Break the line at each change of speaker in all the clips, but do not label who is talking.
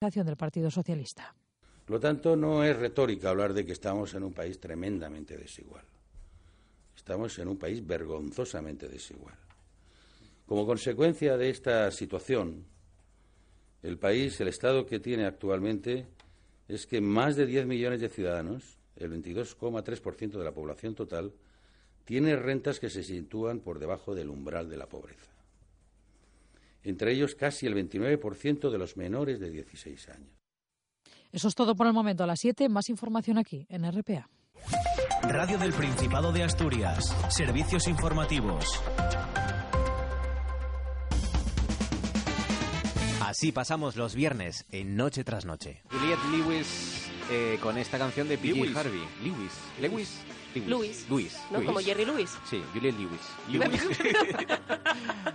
del Partido Socialista.
Por lo tanto, no es retórica hablar de que estamos en un país tremendamente desigual. Estamos en un país vergonzosamente desigual. Como consecuencia de esta situación, el país, el Estado que tiene actualmente, es que más de 10 millones de ciudadanos, el 22,3% de la población total, tiene rentas que se sitúan por debajo del umbral de la pobreza. Entre ellos, casi el 29% de los menores de 16 años.
Eso es todo por el momento. A las 7, más información aquí, en RPA.
Radio del Principado de Asturias. Servicios informativos. Así pasamos los viernes en Noche tras Noche.
Juliette Lewis eh, con esta canción de P.G.
Lewis.
Harvey. Lewis. Lewis.
Lewis.
Lewis.
¿No? Como Jerry Lewis.
Sí, Juliette Lewis.
Lewis.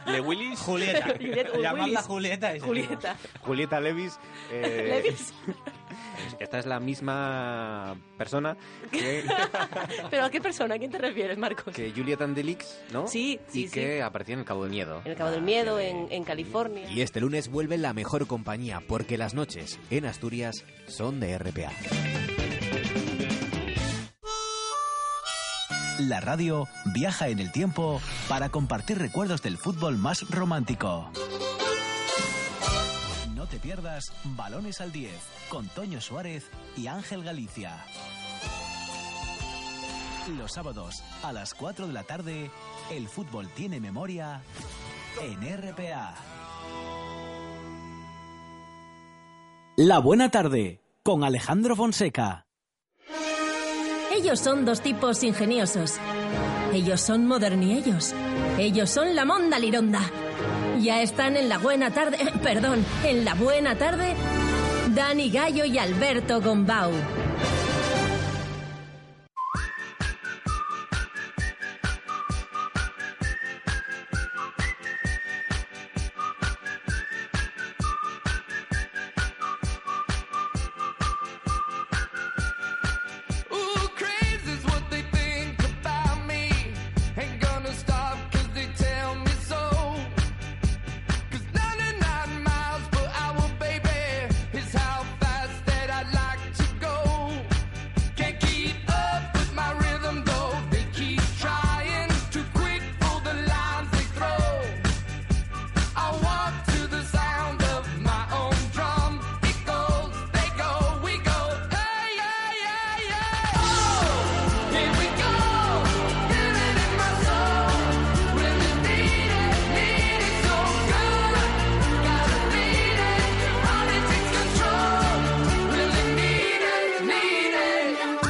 Le Willis.
Julieta. Julieta o Llamadla Willis.
Julieta.
Julieta.
Julieta Lewis. eh,
Lewis.
Esta es la misma persona que,
¿Pero a qué persona? ¿A quién te refieres, Marcos?
que Juliet and the Leaks, ¿no?
Sí, sí,
Y
sí.
que apareció en El Cabo del Miedo.
En el Cabo del Miedo, en, en California.
Y este lunes vuelve la mejor compañía porque las noches en Asturias son de RPA.
La radio viaja en el tiempo para compartir recuerdos del fútbol más romántico. No te pierdas Balones al 10 con Toño Suárez y Ángel Galicia. Los sábados a las 4 de la tarde, el fútbol tiene memoria en RPA. La buena tarde con Alejandro Fonseca.
Ellos son dos tipos ingeniosos. Ellos son moderniellos. Ellos son la monda lironda. Ya están en la buena tarde, eh, perdón, en la buena tarde, Dani Gallo y Alberto Gombau.
Ooh, crazy's what they think about me. Ain't gonna stop 'cause they tell me so. 'Cause 99 miles per hour, baby, is how fast that I like to go. Can't keep up with my rhythm though. They keep trying, too quick for the lines they throw. I walk to the sound of my own drum. It goes, they go, we go. Hey, hey, hey, hey. Here we go, living in my soul. Really need it, need it so good. Gotta beat it, wanna take control. Really need it, need it.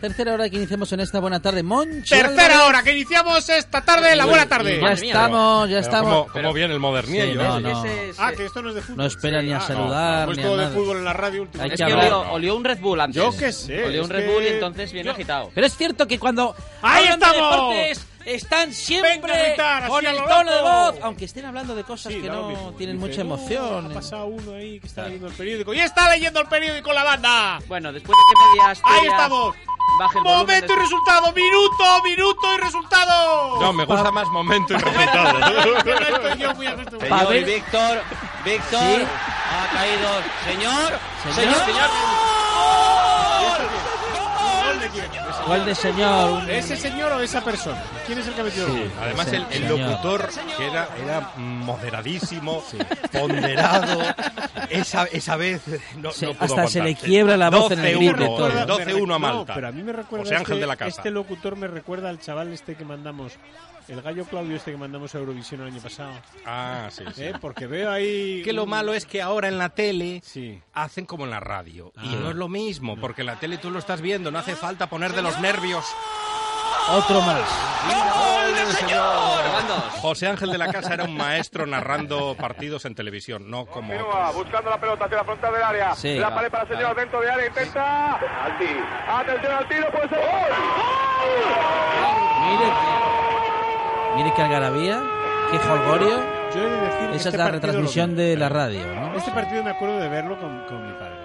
Tercera hora que iniciamos en esta buena tarde, Moncho.
Tercera
Álvarez.
hora que iniciamos esta tarde, la buena tarde.
Ya estamos, ya estamos.
¿Cómo,
Pero-
viene el
Sí,
modernillo?
no,
eh?
no.
Ah, que esto no es de fútbol.
No espera ni a
ah, no,
saludar,
como es
ni a
todo de
nada.
fútbol en la
Hay
radio últimamente.
que
Es que
hablar.
olió, olió un Red Bull antes.
Yo qué sé,
Olió un
es
Red
que-
Bull y entonces viene agitado.
Pero es cierto que cuando
¡Ahí
hablan de
estamos!
deportes, están siempre
Venga a gritar, así
con
a
el
lo
tono de
loco.
voz, aunque estén hablando de cosas
Sí,
que
da lo
no
mismo.
tienen
Dice,
mucha
"No,
emoción.
Ha pasado uno ahí que está leyendo el periódico. ¡Y está leyendo el periódico la banda!
Bueno, después de que media
¡Ahí
Asturias
estamos!
Baje el volumen
¡Momento y
de-
resultado! ¡Minuto, minuto y resultado!
No, me gusta más momento y resultado.
Pero estoy yo muy acostumbrado.
Señor,
Pa' ver-
y Víctor, Víctor
Sí.
ha caído. Señor,
Señor.
señor, señor.
Gol de señor. un-
¿Ese señor o esa persona? ¿Quién es el que ha metido el gol?
Además,
Sí,
el, el
señor.
locutor que era, era moderadísimo, ponderado. Esa, esa vez no,
Se-
no pudo
hasta
aguantar.
se le quiebra la voz en el grito y
12-1,
todo.
recuerda-
12-1 a
me recu-
Malta.
No, pero a mí me recuerda
José Ángel
este,
de la Casa.
este locutor me recuerda al chaval este que mandamos, el gallo Claudio este que mandamos a Eurovisión el año pasado.
Ah, sí, sí.
¿eh? Porque veo ahí...
Que lo
un-
malo es que ahora en la tele
Sí. Ah.
hacen como en la radio. Y no es lo mismo, porque en la tele tú lo estás viendo, no hace falta poner de los nervios.
Otro más.
José Ángel de la Casa era un maestro narrando partidos en televisión, no como
Continúa buscando la pelota hacia la frontal del área.
Sí,
la
va,
pared para el señor dentro de área. Intenta. Atención al tiro. pues, oh. Puede ser.
Mire qué algarabía, qué jolgorio.
Yo he de decir
Esa
que este
es la
partido
retransmisión
lo
de
vi.
la radio, ¿no?
Este partido me acuerdo de verlo con, con mi padre.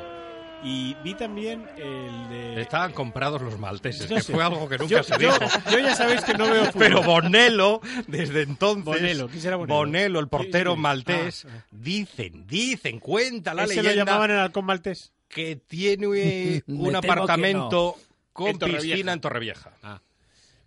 Y vi también el de...
Estaban comprados los malteses,
No
que
sé.
fue algo que nunca
Yo-
se
yo-
dijo.
yo ya sabéis que no veo fútbol.
Pero Bonello, desde entonces.
Bonello, ¿quién será Bonello?
Bonello, el portero
Sí, sí.
maltés,
Ah,
dicen, dicen, cuenta la
¿Ese lo
leyenda.
llamaban el halcón maltés?
Que tiene eh,
Me
un
temo que
apartamento
no.
con
En Torrevieja. Ah.
piscina en Torrevieja.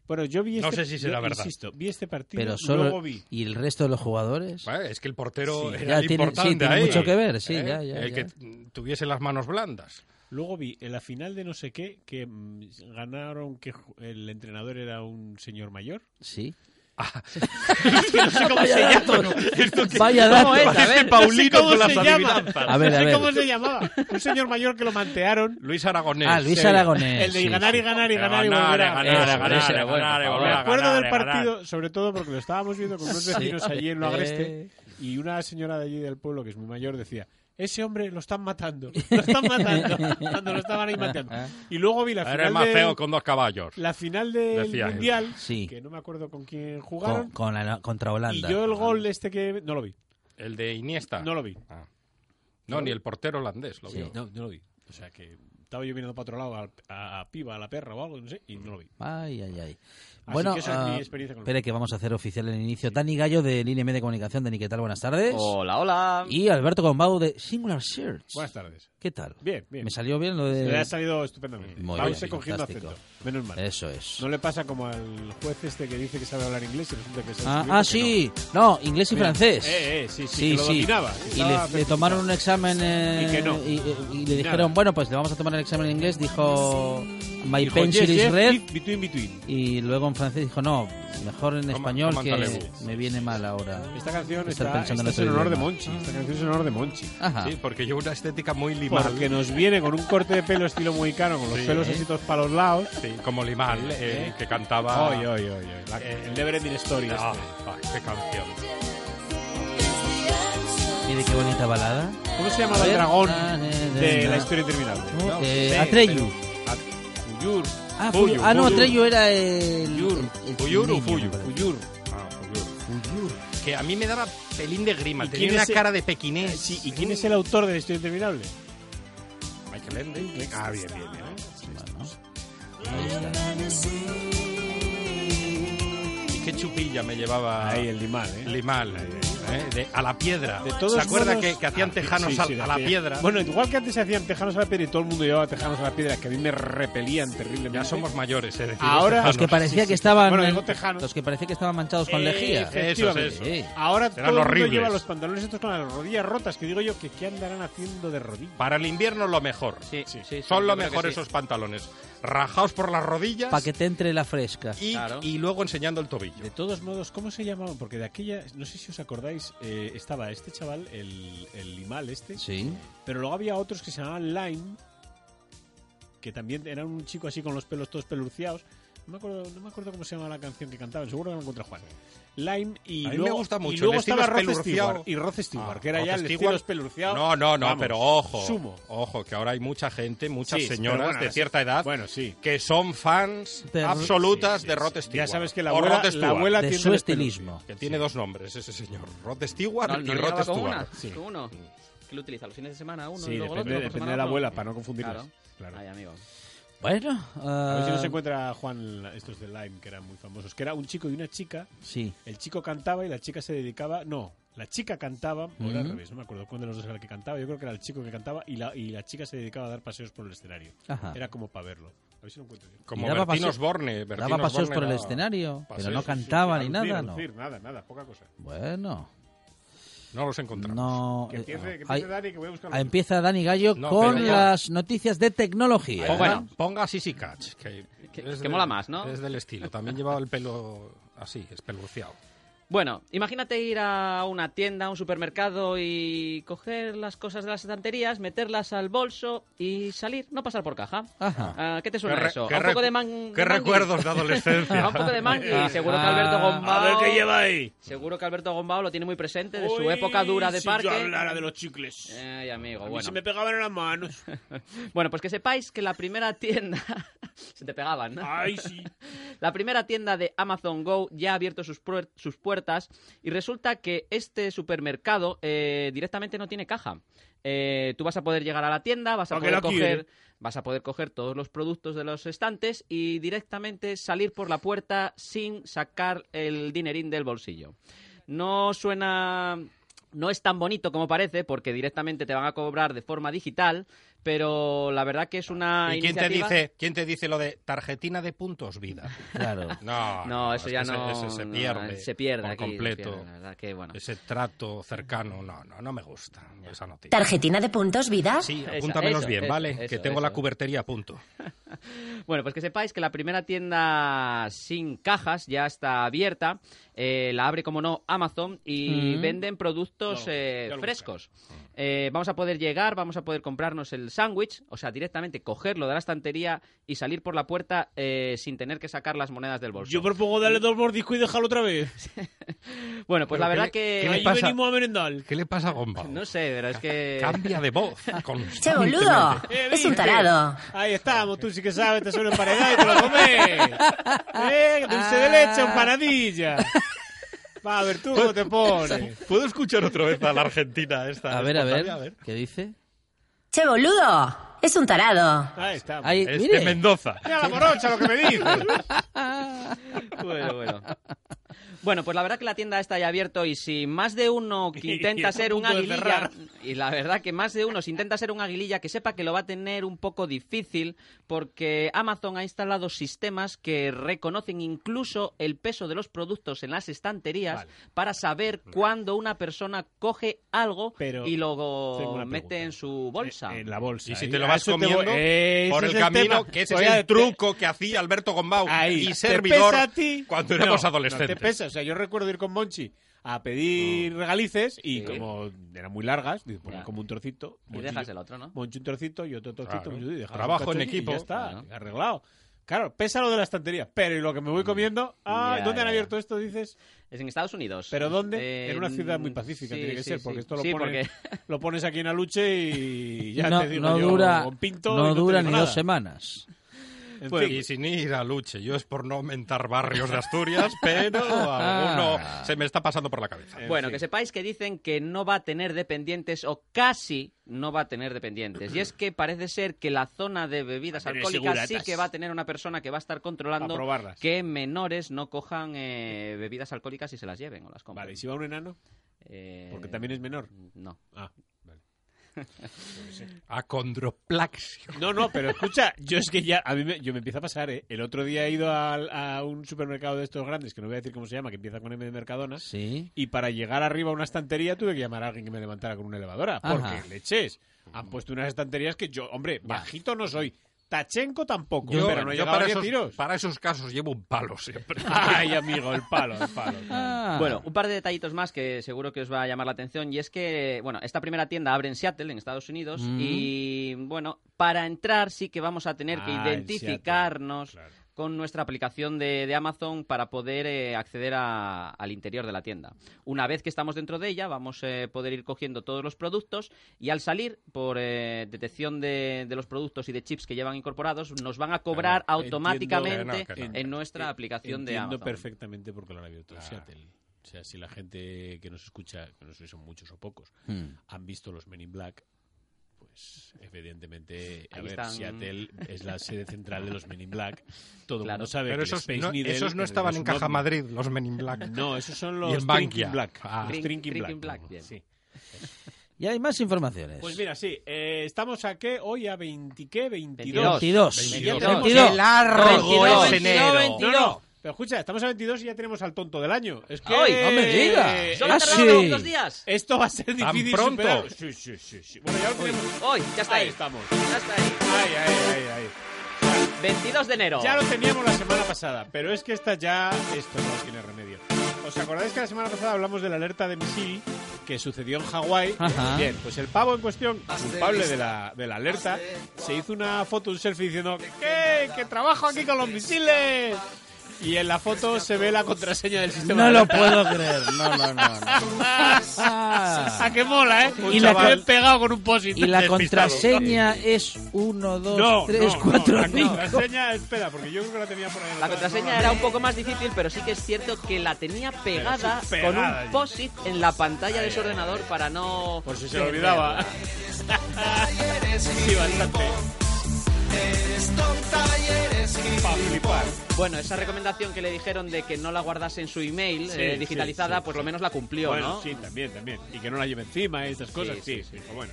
Bueno, yo vi
No
este-
sé si será
yo
verdad.
Insisto, vi este partido,
Pero
luego
solo.
vi.
¿Y el resto de los jugadores?
Bueno, es que el portero
Sí, ya
era
tiene-
importante
sí, tiene
ahí,
mucho que ver, sí,
¿eh?
ya, ya,
El
ya.
que mm, tuviese las manos blandas.
Luego vi en la final de no sé qué que mm, ganaron que ju- el entrenador era un señor mayor.
Sí.
Ah.
es que no sé cómo
Vaya
se
dato.
llama. Esto que-
Vaya
¿Cómo
dato.
es? A
Parece
ver,
Paulino
no sé cómo
con las
se llama.
adivinanzas.
A ver,
no
a
sé
ver.
cómo se llamaba. Un señor mayor que lo mantearon.
Luis Aragonés.
Ah, Luis
Sí.
Aragonés,
El de
sí,
ganar y
sí.
ganar y
Era
ganar y
ganar,
volver a
era ganar, era
Eso,
ganar,
ese,
era
bueno,
ganar, era
por
volver a
favor. Me acuerdo
ganar,
del
era
partido,
ganar.
sobre todo porque lo estábamos viendo con unos
Sí.
vecinos allí en lo
Eh.
agreste y una señora de allí del pueblo que es muy mayor decía ese hombre lo están matando, lo están matando, cuando lo estaban ahí matando. Y luego vi la
Ah, Era
final
el más
del-
feo con dos caballos.
La final del
Decía él.
Mundial,
Sí.
que no me acuerdo con quién
Con,
jugaron,
con la- contra
y
Holanda.
yo el gol este que... No lo vi.
El de Iniesta. Ah,
No lo vi.
No, ni el portero holandés lo
Sí.
vio.
No, no lo vi. O sea que estaba yo mirando para otro lado al- a, a piba, a la perra o algo, no sé, y no lo vi.
Ay, ay, ay.
Así
bueno,
que esa es mi
ah,
experiencia con el
espere que vamos a hacer oficial el inicio. Dani Gallo de Línea Media de Comunicación de Niquetal, buenas tardes.
Hola, hola.
Y Alberto Gombau de Singular Search.
Buenas tardes.
¿Qué tal?
Bien, bien.
Me salió bien lo de...
Le ha salido estupendamente.
Eh, Muy
Va
bien,
usted cogiendo
fantástico. Eh,
acento. Menos mal.
Eso es.
No le pasa como al juez este que dice que sabe hablar inglés y resulta que sabe
Ah,
escribir
ah,
que
sí.
no.
No. inglés y
Mira,
francés.
eh, eh, sí, sí, que lo dominaba, que
Y
estaba
le- le,
certificado.
tomaron un examen eh,
Y que no.
y, y- y le
Y
dijeron,
nada.
bueno, pues le vamos a tomar el examen en inglés. Dijo, my
Dijo,
pencil
yes,
is
yes,
red.
be- between, between.
Y luego en francés dijo, no, mejor en español
coman
que
talebú.
me viene mal ahora.
Esta canción
estar
está,
pensando
esta es
otro
en honor de
idioma.
Monchi. Esta canción es en honor de Monchi.
Ajá.
Sí, porque lleva una estética muy limal.
Porque nos viene con un corte de pelo estilo mohicano, con los
Sí,
pelos
¿eh?
así todos para los lados.
Sí, como Limal, eh,
¿Eh?
que cantaba... Eh,
Oy, oy, oy, oy. La- el Never Ending Story
Ah,
este.
ay, qué canción.
Mire qué bonita balada.
¿Cómo se llamaba
A
el
ver.
dragón
Ah, eh,
de
eh,
la historia interminable?
No, eh, Atreyu.
Fuyur.
Ah, Fuyu. Ah, no, Atreyu era el...
Fuyur.
el- el
Fuyur o
niño,
Fuyu.
me parece.
Fuyur.
Ah, Fuyur. Que a mí me daba pelín de grima.
¿Y
Tenía
quién
una
es el-
cara de pequinés.
Sí, ¿y quién es el autor de la historia interminable?
Michael Ende. Ah, bien, bien, bien. Y qué chupilla me llevaba.
Ahí, el limal, ¿eh?
Ah. Limal, ¿eh? De- a la piedra.
De todos
¿Se acuerda
modos-
que, que hacían
Ah,
tejanos
sí,
al-
sí, de
a, la
aquella-
piedra?
Bueno, igual que antes se hacían tejanos a la piedra y todo el mundo llevaba tejanos a la piedra, que a mí me repelían terriblemente.
ya somos mayores, ¿eh? Decimos
Ahora-
tejanos.
Los que parecía que estaban...
Bueno, Eh,
eh,
digo tejanos.
Los que parecía que estaban manchados con lejía.
Efectivamente.
Esos, esos.
Ahora
Eran
todo el mundo
horribles.
lleva los pantalones estos con las rodillas rotas, que digo yo que qué andarán haciendo de rodillas.
Para el invierno lo mejor.
Sí, sí, sí,
Son
yo
lo
creo que
mejor
sí.
esos pantalones. Rajaos por las rodillas
Para que te entre la fresca.
y, y luego enseñando el tobillo.
De todos modos, ¿cómo se llamaban? Porque de aquella, no sé si os acordáis, eh, estaba este chaval, el, el limal este.
Sí.
Pero luego había otros que se llamaban Lime, que también era un chico así con los pelos todos pelurciados. No me acuerdo, no me acuerdo cómo se llamaba la canción que cantaban, seguro que la encontré Juan. Lime y
A mí
luego,
me gusta mucho.
y luego
el estilo
estaba Rod
espelurciado.
Stewart, y Rod Stewart,
Ah,
que era
Rod
ya el
Stewart.
estilo espelurciado.
No, no, no,
Vamos,
pero ojo.
Sumo.
Ojo, que ahora hay mucha gente, muchas
Sí, sí,
señoras
pero bueno,
de
las-
cierta edad que son fans
De-
absolutas
Sí, sí,
de
sí.
Rod
Ya
Stewart.
sabes que la
O
abuela-
Rod
la
Stewart.
abuela
De tiene su el pelo, estilismo.
Que tiene dos nombres ese señor. Rod Stewart
No,
y
no
Rod
llegaba con
Stewart.
una, con uno. Que lo utiliza los fines de semana uno
Sí,
y luego el
depende-
otro. por
depende
semana
de la
otro.
abuela, para no confundirlas.
Claro.
Claro.
Ay, amigo.
Bueno.
A ver si
ah,
nos encuentra Juan la- estos de Lime, que eran muy famosos. Que era un chico y una chica.
Sí.
El chico cantaba y la chica se dedicaba. No, la chica cantaba. O era al
Ujú.
revés, no me acuerdo cuál de los dos era el que cantaba. Yo creo que era el chico que cantaba y la, y la chica se dedicaba a dar paseos por el escenario.
Ajá.
Era como para verlo. A ver si lo encuentro yo.
Como
Y daba
Bertín
paseo-
Osborne. Bertín
daba paseos
Osborne
por el
daba
escenario, pero
paseos,
no
sí, sí.
cantaba ni
Alucir,
nada, ¿no?
alucir, nada, nada, poca cosa.
Bueno.
No los encontramos.
No.
Que
eh,
empiece- que empiece
ahí-
Dani, que voy a buscar
ahí
los-
empieza Dani Gallo
No,
con
pero ya.
las noticias de tecnología.
Eh,
Oh,
Ponga, ponga Sissy Catch. Que,
Pues Que-
es
que mola más, ¿no?
Es del estilo. También llevaba el pelo así, espelurciado.
Bueno, imagínate ir a una tienda, a un supermercado y coger las cosas de las estanterías, meterlas al bolso y salir, no pasar por caja. Ah, ¿Qué te suena
Qué re-
eso?
qué
A un poco
recu-
de man-
qué
de mangui.
recuerdos de adolescencia.
A un poco de mangui.
Ah,
Seguro que
ah,
Alberto Gombao.
a ver qué lleva ahí.
Seguro que Alberto Gombao lo tiene muy presente de su
Uy,
época dura de
si
parque.
yo hablara de los chicles.
Ay, amigo,
A mí
bueno.
se me pegaban en las manos.
Bueno, pues que sepáis que la primera tienda. Se te pegaban,
Ah,
¿no?
Ay, sí.
La primera tienda de Amazon Go ya ha abierto sus, puer- sus puertas y resulta que este supermercado eh, directamente no tiene caja. Eh, tú vas a poder llegar a la tienda, vas a
¿Para qué
poder
la quiere?
coger. Vas a poder coger todos los productos de los estantes y directamente salir por la puerta sin sacar eh, el dinerín del bolsillo. No suena. No es tan bonito como parece, porque directamente te van a cobrar de forma digital, pero la verdad que es una.
¿Y quién te,
iniciativa-
dice, quién te dice lo de tarjetina de puntos vida?
Claro.
No,
No, eso
es
ya
que ese-
no-
ese se
no, eh,
pierde.
se pierde
por
aquí, se
completo.
pierde, la verdad que, bueno.
Ese trato cercano, no, no, no me gusta esa noticia.
¿Tarjetina de puntos, vida?
Sí,
Esa,
apúntamelos
eso,
bien,
eso,
¿vale?
eso,
que tengo
eso.
la cubertería a punto.
Bueno, pues que sepáis que la primera tienda sin cajas ya está abierta. Eh, la abre, como no, Amazon y
Mm.
venden productos
No,
eh,
ya lo
frescos. Eh, vamos a poder llegar, vamos a poder comprarnos el sándwich, o sea, directamente cogerlo de la estantería y salir por la puerta eh, sin tener que sacar las monedas del bolso.
Yo propongo darle dos mordiscos y dejarlo otra vez.
Bueno, pues la
¿Pero
verdad
qué
que...
le- qué le Ahí pasa? venimos a merendar.
¿Qué le pasa a Gombao?
No sé, pero es que...
Cambia de voz.
Che,
constantemente.
boludo.
Eh,
Es un
¿viste?
tarado.
Ahí estamos, tú sí que sabes, te suena emparedado y te lo comes. Eh, dulce de leche, empanadilla. Va a ver tú cómo te pones.
¿Puedo escuchar otra vez a la Argentina esta?
A ver, a
esta
ver,
tarde?
¿qué dice?
Che, boludo, es un tarado.
Ahí está.
Ahí,
Es
mire.
de Mendoza.
Mira la morocha lo que me dices.
Bueno, bueno. Bueno, pues la verdad que la tienda está ya abierto y si más de uno que
Y
intenta
está a
ser un
punto de
aguililla
cerrar.
y la verdad que más de uno si intenta ser un aguililla que sepa que lo va a tener un poco difícil porque Amazon ha instalado sistemas que reconocen incluso el peso de los productos en las estanterías para saber cuándo una persona coge algo
Pero
y
tengo
luego
una
mete en su bolsa.
En la bolsa.
Y si
ahí.
te lo
A
vas
eso te voy-
comiendo
Ese
por el,
es
camino,
tema.
que ese
Voy
es
a-
el truco que hacía Alberto Gombau
Ahí.
y
¿Te
servidor
pesa a ti?
cuando
No,
éramos
no
adolescentes. Mm.
te pesa. O sea, yo recuerdo ir con Monchi a pedir regalices y como eran muy largas, dices, ponle
Ya.
como un trocito.
Y dejas el otro, ¿no?
Monchi un trocito y otro trocito.
Claro.
Monchi un trocito, y dejas
Trabajo
un
en
cachorro y
equipo.
ya está,
Claro.
arreglado. Claro, pesa lo de la estantería, pero y lo que me
Mm.
voy comiendo... Ah,
Ya,
¿dónde han
ya.
abierto esto, dices?
Es en Estados Unidos.
¿Pero dónde?
Eh,
en una ciudad muy pacífica
sí,
tiene que
sí,
ser,
sí.
porque esto lo,
Sí,
pones, lo pones aquí en Aluche y ya
no
te digo
no
yo,
dura,
con pinto
no
y te
dura
digo
ni
nada.
dos semanas.
En
Bueno,
fin.
y sin ir a luche, yo es por no aumentar barrios de Asturias, pero
Ah.
alguno se me está pasando por la cabeza.
Bueno, que sepáis que dicen que no va a tener dependientes o casi no va a tener dependientes. Y es que parece ser que la zona de bebidas
Va a tener
alcohólicas sí
seguratas.
que va a tener una persona que va a estar
Va a
controlando
probarlas.
que menores no cojan eh, bebidas alcohólicas y se las lleven o las compren.
Vale, ¿y si va un enano?
Eh,
Porque también es menor.
No.
Ah, vale.
Acondroplaxia.
No, no, pero escucha, yo es que ya, a mí me, yo me empieza a pasar, ¿eh? El otro día he ido al- a, un supermercado de estos grandes, que no voy a decir cómo se llama, que empieza con M de Mercadona,
Sí.
y para llegar arriba a una estantería tuve que llamar a alguien que me levantara con una elevadora, porque
Ajá.
leches, han puesto unas estanterías que yo, hombre, bajito no soy, tachenco tampoco,
Yo,
pero no he
yo
llegado
para,
a 10
esos,
tiros.
para esos casos llevo un palo siempre.
Ay, amigo, el palo, el palo.
Ah.
Ah,
Bueno, un par de detallitos más que seguro que os va a llamar la atención y es que, bueno, esta primera tienda abre en Seattle, en Estados Unidos,
Mm.
y bueno, para entrar sí que vamos a tener que
Ah, en
identificarnos con nuestra aplicación de, de Amazon para poder eh, acceder a- al interior de la tienda. Una vez que estamos dentro de ella, vamos a poder ir cogiendo todos los productos y al salir, por eh, detección de, de los productos y de chips que llevan incorporados, nos van a cobrar
Claro,
automáticamente
entiendo- que no, que no.
en nuestra aplicación de
Entiendo
Amazon.
perfectamente por qué lo han abierto en Seattle. O sea, si la gente que nos escucha, que no sé si son muchos o pocos,
Hmm.
han visto los Men in Black, pues evidentemente, a
Ahí
ver,
están.
Seattle es la sede central de los Men in Black. Todo el
Claro.
mundo sabe
Pero
que el
esos
Space
no,
Needle
esos no
es
estaban
un
en Caja
ovni.
Madrid, los Men in Black.
No, esos son
Y
los
en Bankia.
Drinking Black.
Ah.
Los
Drink-
Drinking
Drinking
Black.
Black, bien.
Sí.
Y hay más informaciones.
Pues mira, sí, eh, estamos a qué? Hoy a 20 qué? 22.
22.
22.
22.
Qué largo
22,
es
22,
enero.
22. No, no, Pero escucha, estamos a 22 y ya tenemos al tonto del año. Es que
¡Ay, no me digas!
Eh,
Solo
esto-
ha tardado Sí.
dos días.
Esto va a ser
¿Tan
difícil
pronto?
superar. Sí, sí, sí, sí. Bueno, ya lo tenemos.
Hoy, ya está
ahí
ahí.
estamos.
Ya está ahí.
Ay, ay, ay, ay.
22 de enero.
Ya lo teníamos la semana pasada, pero es que esta ya esto no tiene remedio. ¿Os acordáis que la semana pasada hablamos de la alerta de misil que sucedió en Hawái?
Ajá.
Bien, pues el pavo en cuestión, culpable de la, de la alerta, se hizo una foto, un selfie diciendo ¡Que, que trabajo aquí con los misiles! Y en la foto se ve la contraseña del sistema.
No
de
lo
alerta.
puedo creer. No, no, no.
¡Ah, qué mola, eh!
Y
Un
la
chaval
con-
pegado con un posit.
Y la
Despistado.
contraseña es 1, 2,
No,
3,
no,
4,
no, La
5.
contraseña, espera, porque yo creo que la tenía por ahí.
La
anotada.
contraseña
No, no,
era
no.
un poco más difícil, pero sí que es cierto que la tenía pegada,
Pero sí, pegada,
con
yo.
un post-it en la pantalla de su ordenador para no.
Por si se lo olvidaba.
sí, bastante. Bueno, esa recomendación que le dijeron de que no la guardase en su email
Sí,
eh,
sí,
digitalizada,
sí,
pues
sí.
lo menos la cumplió,
Bueno,
¿no?
Sí, también, también. Y que no la lleve encima y estas cosas. Sí, sí, pero bueno.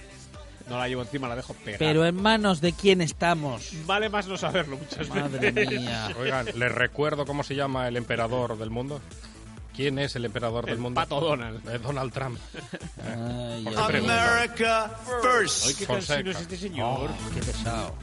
No la llevo encima, la dejo pegada.
Pero en manos de quién estamos.
Vale más no saberlo muchas
Madre
veces.
mía.
Oigan, les recuerdo cómo se llama el emperador del mundo. ¿Quién es el emperador del
El
mundo?
pato Donald.
Es Donald Trump.
Ay,
¿Por
ay,
qué
ay.
preguntan?
Ay, qué cansino es este señor.
Oh, qué pesado.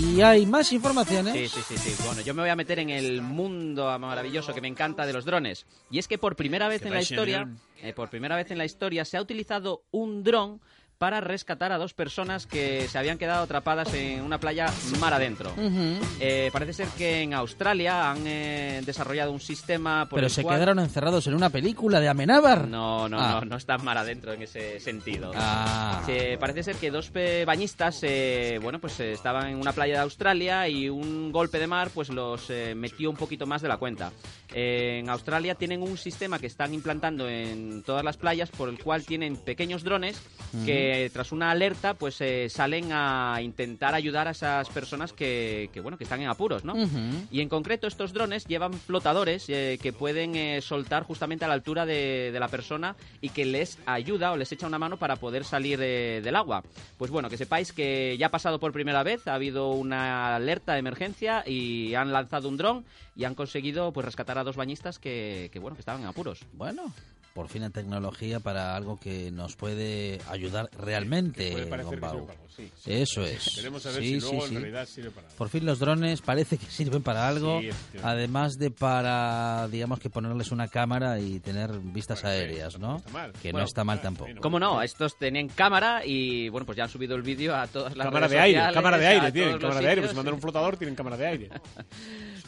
Y hay más ¿eh? informaciones.
Sí, sí, sí, sí. Bueno, yo me voy a meter en el mundo maravilloso que me encanta de los drones. Y es que por primera vez
Que
en la
vais en
historia,
avión.
eh, por primera vez en la historia, se ha utilizado un dron para rescatar a dos personas que se habían quedado atrapadas en una playa mar adentro.
Ujú.
Eh, parece ser que en Australia han eh, desarrollado un sistema por
Pero
el
se
cual-
quedaron encerrados en una película de Amenábar.
No, no,
Ah.
no, no está mar adentro en ese sentido.
Ah.
Se- parece ser que dos eh, bañistas, eh, bueno, pues eh, estaban en una playa de Australia y un golpe de mar, pues los eh, metió un poquito más de la cuenta. Eh, en Australia tienen un sistema que están implantando en todas las playas, por el cual tienen pequeños drones que tras una alerta, pues eh, salen a intentar ayudar a esas personas que, que, bueno, que están en apuros, ¿no?
Ujú.
Y en concreto estos drones llevan flotadores eh, que pueden eh, soltar justamente a la altura de, de la persona y que les ayuda o les echa una mano para poder salir eh, del agua. Pues bueno, que sepáis que ya ha pasado por primera vez, ha habido una alerta de emergencia y han lanzado un dron y han conseguido pues rescatar a dos bañistas que, que, bueno, que estaban en apuros.
Bueno, por fin la tecnología para algo que nos puede ayudar realmente.
pues
Puede parecer que
Gombau.
sirve para algo, sí.
Eso es.
Queremos saber
Sí, sí,
si luego
sí.
en realidad sirve para algo.
Por fin los drones parece que sirven para algo,
Sí, efectivamente.
además de para, digamos que ponerles una cámara y tener vistas aéreas, ¿no? Que
Bueno,
no está
ah,
mal tampoco.
¿Cómo no? Estos tenían cámara y bueno, pues ya han subido el vídeo a todas las
Cámara
redes
de aire,
sociales,
cámara de
a
aire,
todos
tienen
los
cámara de aire.
sitios.
Pues si mandan un flotador, tienen cámara de aire.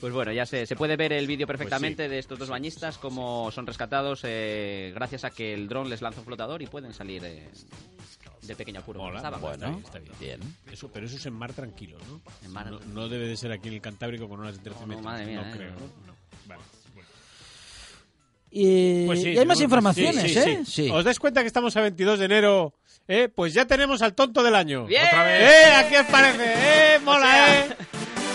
Pues
Pues bueno, ya se, se puede ver el vídeo perfectamente de estos dos bañistas, cómo son rescatados eh, gracias a que el dron les lanza un flotador y pueden salir eh, de pequeño apuro.
Mola,
Estaban.
está bien, está
bien.
Eso, pero eso es en mar tranquilo, ¿no?
En mar-
no, no debe de ser aquí en el Cantábrico con unas de 13
No, no,
metros.
madre mía,
no
eh.
creo, ¿no? No. Vale. bueno.
Y,
Pues
y
sí,
hay más
tenemos-
informaciones,
sí, sí,
¿eh?
sí. ¿Os dais cuenta que estamos a 22 de enero? ¿Eh? Pues ya tenemos al tonto del año.
¡Bien!
¡Otra vez! ¡Eh! Aquí os parece. ¡Eh! ¡Mola,
O sea,
eh!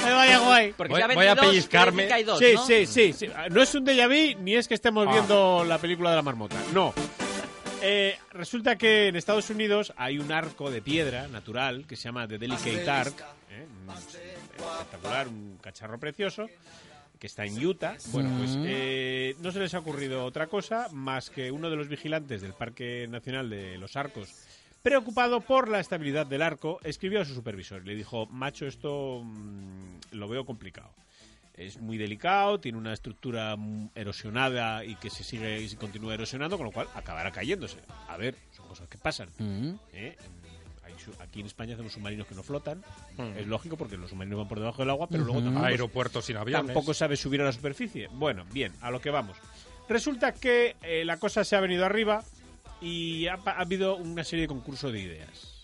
¡Eh, vaya guay!
Porque Voy- sea voy a 22, pellizcarme. quiere decir que hay dos,
sí,
¿no?
sí, sí, sí. No es un déjà vu ni es que estemos viendo la película de la marmota. No. Eh, resulta que en Estados Unidos hay un arco de piedra natural que se llama The Delicate Arc. ¿eh? Un- Espectacular, un cacharro precioso que está en Utah. Bueno, pues
Mm.
eh, no se les ha ocurrido otra cosa más que uno de los vigilantes del Parque Nacional de los Arcos, preocupado por la estabilidad del arco, escribió a su supervisor y le dijo, macho, esto mm, lo veo complicado. Es muy delicado, tiene una estructura mm, erosionada y que se sigue y se continúa erosionando, con lo cual acabará cayéndose. A ver, son cosas que pasan.
Mm.
¿eh? Hay su- Aquí en España hacemos submarinos que no flotan. Es lógico porque los submarinos van por debajo del agua, pero luego pues,
Ujú.
tampoco se-
Aeropuertos sin aviones.
Tampoco sabe subir a la superficie. Bueno, bien, a lo que vamos. Resulta que eh, la cosa se ha venido arriba y ha, pa- ha habido una serie de concursos de ideas.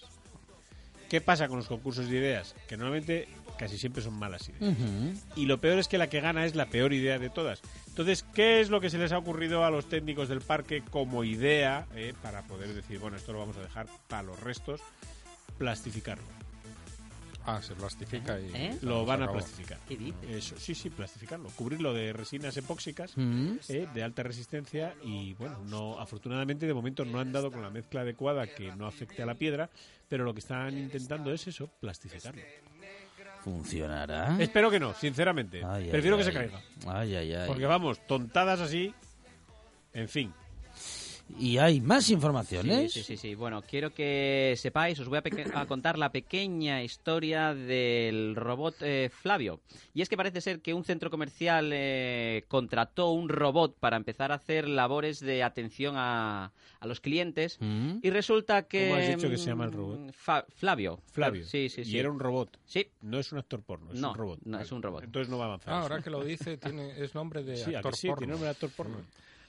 ¿Qué pasa con los concursos de ideas? Que normalmente casi siempre son malas ideas.
Ujú.
Y lo peor es que la que gana es la peor idea de todas. Entonces, ¿qué es lo que se les ha ocurrido a los técnicos del parque como idea eh, para poder decir, bueno, esto lo vamos a dejar para los restos? Plastificarlo.
Ah, se plastifica y...
¿Eh?
Lo
se
van a
acabó.
plastificar.
¿Qué dices?
Eso, sí, sí, plastificarlo. Cubrirlo de resinas epóxicas
Mm.
eh, de alta resistencia y, bueno, no afortunadamente de momento no han dado con la mezcla adecuada que no afecte a la piedra, pero lo que están intentando es eso, plastificarlo.
Mm.
¿Funcionará?
Espero que no, sinceramente.
Ay, ay,
Este, Prefiero que
ay.
se caiga.
Ay, ay, ay.
Porque vamos, tontadas así. En fin.
Y hay más informaciones.
Sí, sí, sí, sí. Bueno, quiero que sepáis, os voy a, peque- a contar la pequeña historia del robot eh, Flavio. Y es que parece ser que un centro comercial eh, contrató un robot para empezar a hacer labores de atención a, a los clientes. Y resulta que...
¿Cómo has dicho que se
mm,
llama el robot?
Fa- Flavio.
Flavio.
Sí, sí, sí.
Y era un robot.
Sí.
No es un actor porno, es
No,
un robot.
no, es un robot.
Entonces no va a avanzar.
Ah, ahora que lo dice, tiene, es nombre de
Sí, ¿a que
actor
sí?
porno.
Tiene nombre de actor porno.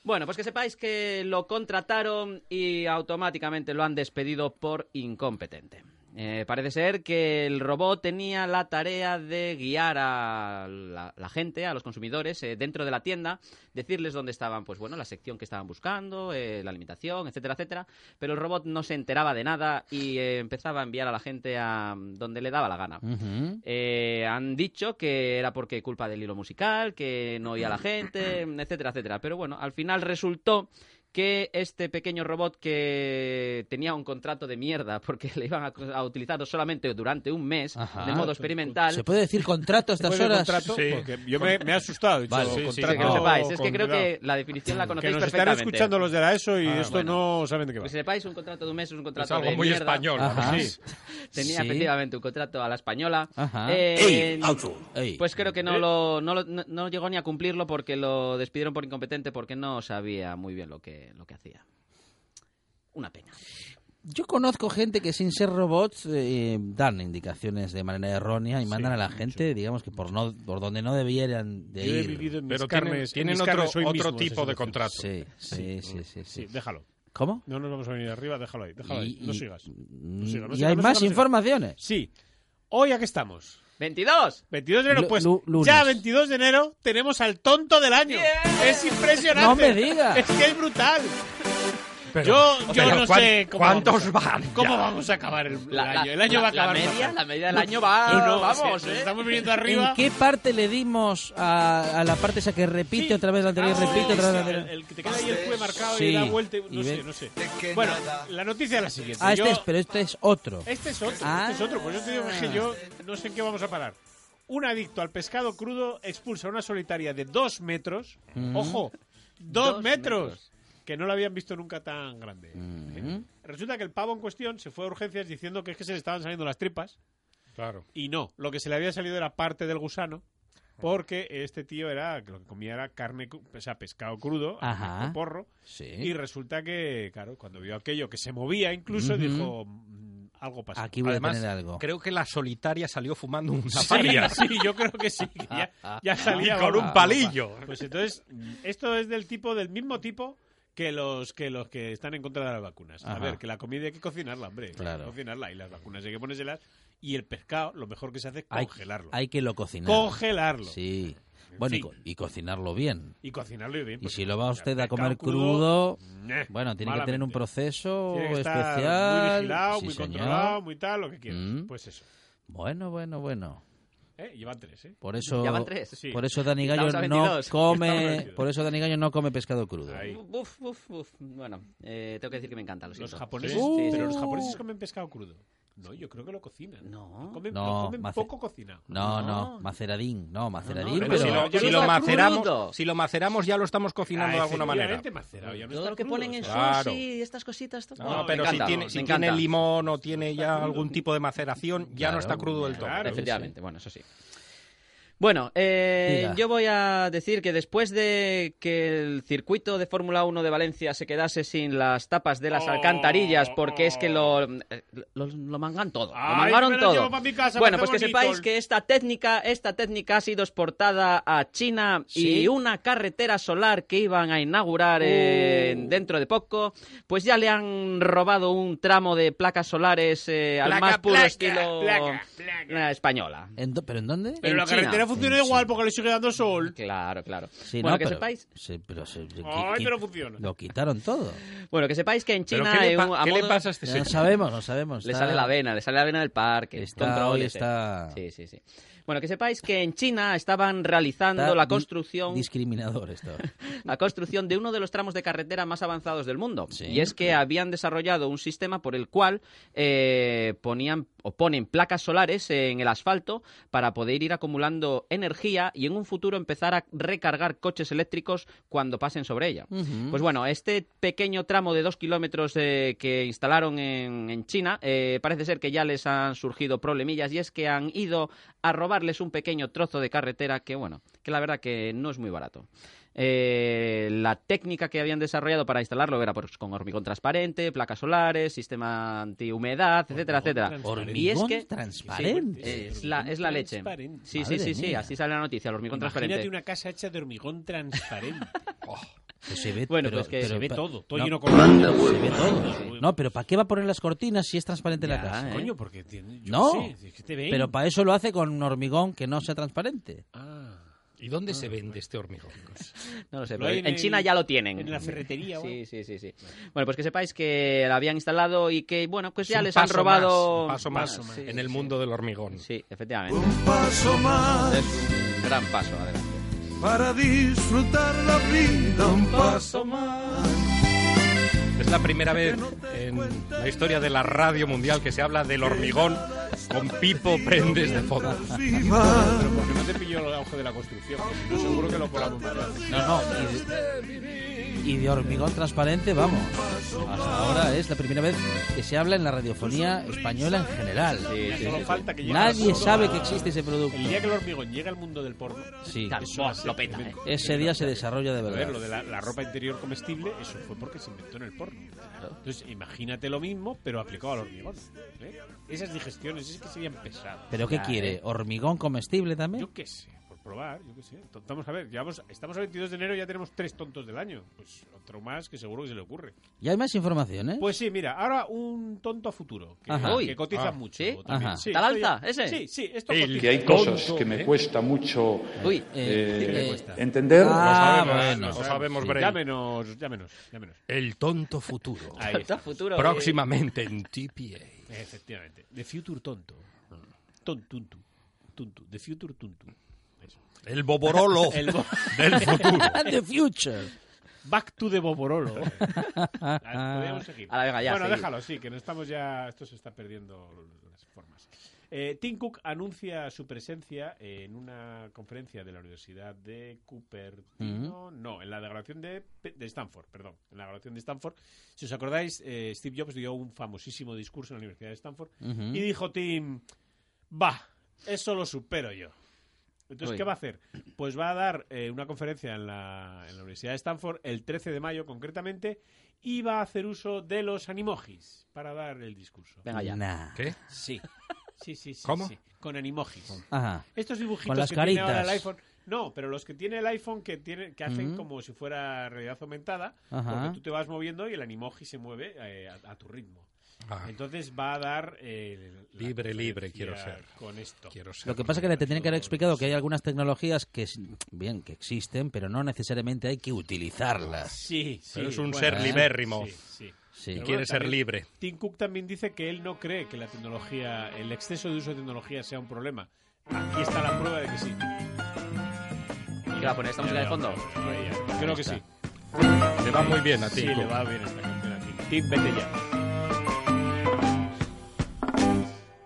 Bueno, pues que sepáis que lo contrataron y automáticamente lo han despedido por incompetente. Eh, parece ser que el robot tenía la tarea de guiar a la, la gente, a los consumidores, eh, dentro de la tienda, decirles dónde estaban, pues bueno, la sección que estaban buscando, eh, la alimentación, etcétera, etcétera. Pero el robot no se enteraba de nada y eh, empezaba a enviar a la gente a mm, donde le daba la gana.
Ujú.
Eh, han dicho que era porque culpa del hilo musical, que no oía a la gente, etcétera, etcétera. Pero bueno, al final resultó que este pequeño robot que tenía un contrato de mierda porque le iban a, co- a utilizar solamente durante un mes
Ajá.
de modo experimental.
¿Se puede decir contrato a estas
¿Se puede
horas?
contrato? Sí.
Porque yo me, me he asustado. he dicho,
Vale.
Sí, sí,
contrato
sí, que lo sepáis. Ah, Es que
con-
creo que
cuidado.
la definición la
Que
conocéis
nos están
perfectamente.
escuchando los de la ESO y
Ah,
esto
bueno.
no saben de qué va.
Que sepáis, un contrato de un mes es un contrato
algo
de
muy
mierda.
español, ¿no? Ajá. Sí.
Tenía
Sí.
efectivamente un contrato a la española.
Ajá.
Eh,
Ey, auto. Ey.
Pues creo que no,
Eh.
lo, no, lo- no- no llegó ni a cumplirlo porque lo despidieron por incompetente porque no sabía muy bien lo que, lo que hacía. Una pena.
Yo conozco gente que sin ser robots eh, dan indicaciones de manera errónea y mandan a la gente, digamos que por no por donde no debieran de
Yo he
ir.
vivido en mis
Pero
carnes- en mis carnes hoy mismo esa situación.
Sí, sí, sí, sí, sí.
Sí, déjalo.
¿Cómo?
No nos vamos a venir arriba, déjalo ahí, déjalo ahí.
Y-
No
y-
sigas. No
y-
sigas, no
y
sigas,
hay más
no sigas, no sigas.
informaciones.
Sí. Hoy a qué estamos.
22.
22 de enero,
Lu-
pues
lu- lunes.
ya 22 de enero tenemos al tonto del año. Es impresionante.
No me digas.
Es que es brutal.
Pero-
yo yo
pero
no
¿cuán-
sé cómo
cuántos
vamos,
van ya?
cómo vamos a acabar el, el
La- la-
año. El año
la-
va a acabar.
la media-
fatal.
la media del año va- vamos,
sí, nos
¿eh?
Estamos viniendo arriba.
Ah, ¿En qué parte le dimos a, a la parte esa que repite otra vez la anterior, repite otra vez la anterior?
El, el Ah, que te queda ahí el pie marcado y
Sí.
da vuelta. y- No
Y
sé,
ve-
no sé. Bueno, la noticia es la siguiente.
Ah,
Yo-
este es, pero este es otro.
Este es otro,
Ah.
este es otro. Por eso te digo que yo no sé en qué vamos a parar. Un adicto al pescado crudo expulsa una solitaria de dos metros.
Mm.
¡Ojo! ¡Dos,
Dos
metros!
metros.
Que no lo habían visto nunca tan grande.
Mm.
Resulta que el pavo en cuestión se fue a urgencias diciendo que es que se le estaban saliendo las tripas.
Claro.
Y no, lo que se le había salido era parte del gusano. Porque este tío era, lo que comía era carne, cru- o sea, pescado crudo,
Ajá.
al porro.
Sí.
Y resulta que, claro, cuando vio aquello que se movía incluso,
Ujú.
dijo, "Mm, algo pasa.
Aquí voy
Además,
a tener algo.
creo que la solitaria salió fumando un
Sí,
paria.
Sí, yo creo que sí. que ya,
Ah,
ya salía
Y con
vamos,
un palillo.
vamos. Pues entonces, esto es del tipo, del mismo tipo que los que los que están en contra de las vacunas. A
Ajá.
ver, que la comida hay que cocinarla, hombre. Hay
Claro.
que cocinarla y las vacunas hay que ponérselas. Y el pescado, lo mejor que se hace es
Hay-
congelarlo.
Hay, que lo cocinar.
Congelarlo.
Sí. Bueno, y,
fin.
co- y cocinarlo bien.
Y cocinarlo y bien.
Y
pues,
si lo va usted a comer
pescado
crudo,
crudo, eh,
bueno, tiene que tener un
malamente.
proceso
tiene que estar
especial.
muy vigilado,
Sí,
muy
señor.
controlado, muy tal, lo que quieras.
Mm.
Pues eso.
Bueno, bueno, bueno.
¿Eh? Y van tres, ¿eh?
Por eso,
Ya van tres. Sí.
por eso Dani Gallo
Estamos a
no
22. Estamos a
come,
22.
por eso Dani Gallo no come pescado crudo.
Uf, uf, uf. Bueno, eh, tengo que decir que me encanta. Lo
Los
siento.
japoneses,
Sí, sí,
pero
sí.
Uh.
los japoneses comen pescado crudo. No, yo creo que lo cocinan.
No,
comen, lo
No,
comen
mace-
poco cocinado.
No, no, maceradín, no, maceradín.
Pero
pero-
si lo,
Yo
si
no
lo
está crudo.
maceramos, si lo maceramos ya lo estamos cocinando
Ah,
de alguna manera.
efectivamente, macerado, ya no
Todo
está
lo que
crudo,
ponen en
o
sushi
sea,
Claro.
y estas cositas. esto-
No,
me
pero
encanta,
si tiene,
me
si
encanta.
tiene limón o tiene ya algún tipo de maceración, ya no está crudo del todo.
Claro, efectivamente, bueno, eso sí. Bueno, eh,
Diga.
yo voy a decir que después de que el circuito de Fórmula 1 de Valencia se quedase sin las tapas de
Oh.
las alcantarillas, porque es que lo, eh, lo, lo mangan todo, lo
Ay,
mangaron
me lo
todo.
llevo pa' mi casa,
bueno,
me
pues que
hace
sepáis
bonito.
que esta técnica, esta técnica ha sido exportada a China
¿Sí?
y una carretera solar que iban a inaugurar eh,
Oh.
dentro de poco, pues ya le han robado un tramo de placas solares eh, al
Placa,
más puro
placa,
estilo
placa,
eh, española.
¿En do- ¿Pero en dónde?
Pero la
China.
carretera funciona igual porque le sigue dando sol.
Claro, claro.
Sí,
bueno,
no,
que
pero-
sepáis.
sí, pero se- qui-
Ay,
qui-
pero funciona.
Lo quitaron todo.
Bueno, que sepáis que en
¿Pero
China
qué le
hay
pa-
un- a
qué le
modo-
pasa a este No señor? sabemos, no sabemos,
Le
está-
sale la vena, le sale la vena del parque.
Está-
control,
hoy
etc.
está-
Sí, sí, sí. Bueno, que sepáis que en China estaban realizando
Está
la
di-
construcción
Discriminador esto.
la construcción de uno de los tramos de carretera más avanzados del mundo. Y es que habían desarrollado un sistema por el cual eh, ponían o ponen placas solares en el asfalto para poder ir acumulando energía y en un futuro empezar a recargar coches eléctricos cuando pasen sobre ella.
Ujú.
Pues bueno, este pequeño tramo de dos kilómetros eh, que instalaron en, en China eh, parece ser que ya les han surgido problemillas y es que han ido a robarles un pequeño trozo de carretera que, bueno, que la verdad que no es muy barato. Eh, la técnica que habían desarrollado para instalarlo era pues, con hormigón transparente, placas solares, sistema
Pues
antihumedad, etcétera, etcétera.
transparente.
Y es
Hormigón
que-
transparente.
Sí, eh, es, la, es la leche.
Transparente.
Sí, sí,
Madre
sí, sí,
mía.
así sale la noticia, el hormigón
Imagínate
transparente.
una casa hecha de hormigón transparente. Oh,
Pues se ve,
Bueno,
pero-
pues que
pero
se ve
pa-
todo, todo
no,
lleno con- Manda
Se
huevos.
ve todo. No, pero ¿para qué va a poner las cortinas si es transparente la
Ya,
casa?
¿eh?
Coño, porque tiene- yo
no,
qué sé, es que te ven.
pero para eso lo hace con un hormigón que no sea transparente.
¿Y dónde se vende este hormigón?
No lo sé,
Lo
pero
hay
en,
en el-
China ya lo tienen.
en la ferretería o
Sí, sí, sí, sí. Bueno, pues que sepáis que la habían instalado y que, bueno, pues ya
un
les han
paso
robado...
más, un paso más en el
mundo
del hormigón.
Sí, efectivamente.
paso más.
Es un gran paso, adelante.
Para disfrutar la vida un paso más.
Es la primera vez en la historia de la radio mundial que se habla del hormigón con Pipo Prendes de fondo.
Pero porque no te pilló el auge de la construcción. que si no, seguro que lo colamos.
No, no. Y de, y de hormigón transparente, vamos. Hasta ahora es la primera vez que se habla en la radiofonía española en general.
Ya solo falta que llegue
Nadie
a-
sabe que existe ese producto.
El día que el hormigón llega al mundo del porno,
Sí.
eso
Buah,
va a ser
lo peta,
tremendo.
¿eh? Ese día se desarrolla de
A ver,
verdad.
lo de la, la ropa interior comestible, eso fue porque se inventó en el porno. Entonces, imagínate lo mismo, pero aplicado al hormigón. ¿eh? Esas digestiones, es que serían pesadas.
¿Pero qué quiere? ¿Hormigón comestible también?
Yo qué sé, por probar, yo qué sé. Entonces, Vamos a ver, llevamos- estamos a 22 de enero y ya tenemos tres tontos del año. Pues otro más que seguro que se le ocurre.
Ya hay más información, ¿eh?
Pues sí, mira, ahora un tonto a futuro, que,
Ajá.
que
Uy.
cotiza
Ah.
mucho.
¿Sí?
también.
Ajá.
Sí,
¿Tal
esto ya-
alta, ese?
Sí, sí, esto
El
cotiza.
que hay cosas
Tonto,
que me
¿eh?
cuesta mucho
Uy,
eh,
eh, ¿qué le cuesta?
entender.
Ah,
Lo sabemos,
bueno.
lo sabemos,
Sí.
Bray.
Llámenos, llámenos, llámenos.
El tonto futuro.
Ahí está.
eh.
Futuro,
Próximamente en TPA.
Efectivamente. The Future Tonto. Ton, tuntu. Tuntu. The Future Tuntu. Eso.
El boborolo del futuro.
The Future.
Back to the Boborolo. Podríamos seguir.
A la venga, ya,
bueno,
seguid.
déjalo, sí, que no estamos ya. Esto se está perdiendo las formas. Eh, Tim Cook anuncia su presencia en una conferencia de la Universidad de Cupertino. No, en la graduación de, de Stanford, perdón. En la graduación de Stanford. Si os acordáis, eh, Steve Jobs dio un famosísimo discurso en la Universidad de Stanford
Ujú.
y dijo Tim, va, eso lo supero yo. Entonces,
Uy.
¿qué va a hacer? Pues va a dar eh, una conferencia en la, en la Universidad de Stanford el 13 de mayo concretamente y va a hacer uso de los animojis para dar el discurso.
Venga ya.
Nah.
¿Qué?
Sí. Sí, sí, sí.
¿Cómo?
sí. Con animojis.
Ajá.
Estos dibujitos
Con las
que
caritas.
tiene ahora el iPhone. No, pero los que tiene el iPhone que tiene, que hacen
Ujú.
como si fuera realidad aumentada,
Ajá.
porque tú te vas moviendo y el animoji se mueve eh, a, a tu ritmo. Entonces va a dar eh, la
Ah. Libre, libre quiero
conferencia
ser.
con esto.
Quiero ser.
Lo que pasa es que le tendrían que haber explicado que hay algunas tecnologías que, es- bien, que existen, pero no necesariamente hay que utilizarlas.
Sí, sí.
Pero es un
bueno,
ser
¿eh?
libérrimo.
Sí, sí.
Sí.
Pero
Y quiere ser
también
libre.
Tim Cook también dice que él no cree que la tecnología, el exceso de uso de tecnología sea un problema. Aquí está la prueba de que sí.
¿Qué va a poner esta música de fondo?
Creo que sí.
Le va muy bien a Tim
Sí,
Cook.
le va bien esta canción a Tim. Tim, vete ya.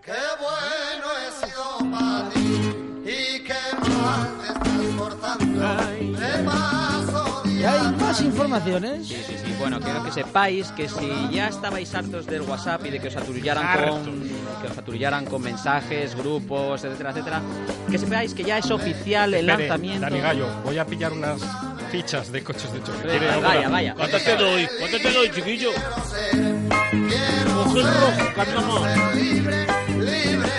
Qué bueno he sido para ti y qué mal te estás portando. Te paso
Ya hay más informaciones.
Sí, sí, sí. Bueno, quiero que sepáis que si ya estabais hartos del WhatsApp y de que os aturullaran con, que os aturullaran con mensajes, grupos, etcétera, etcétera, que sepáis que ya es oficial el
Espere,
lanzamiento.
Dani Gallo, voy a pillar unas fichas de coches de choque.
Eh, Vaya,
¿Quiere alguna?
vaya, vaya.
¿Cuántas te doy? ¿Cuántas te doy, chiquillo?
Coge rojo, Libre, libre, libre.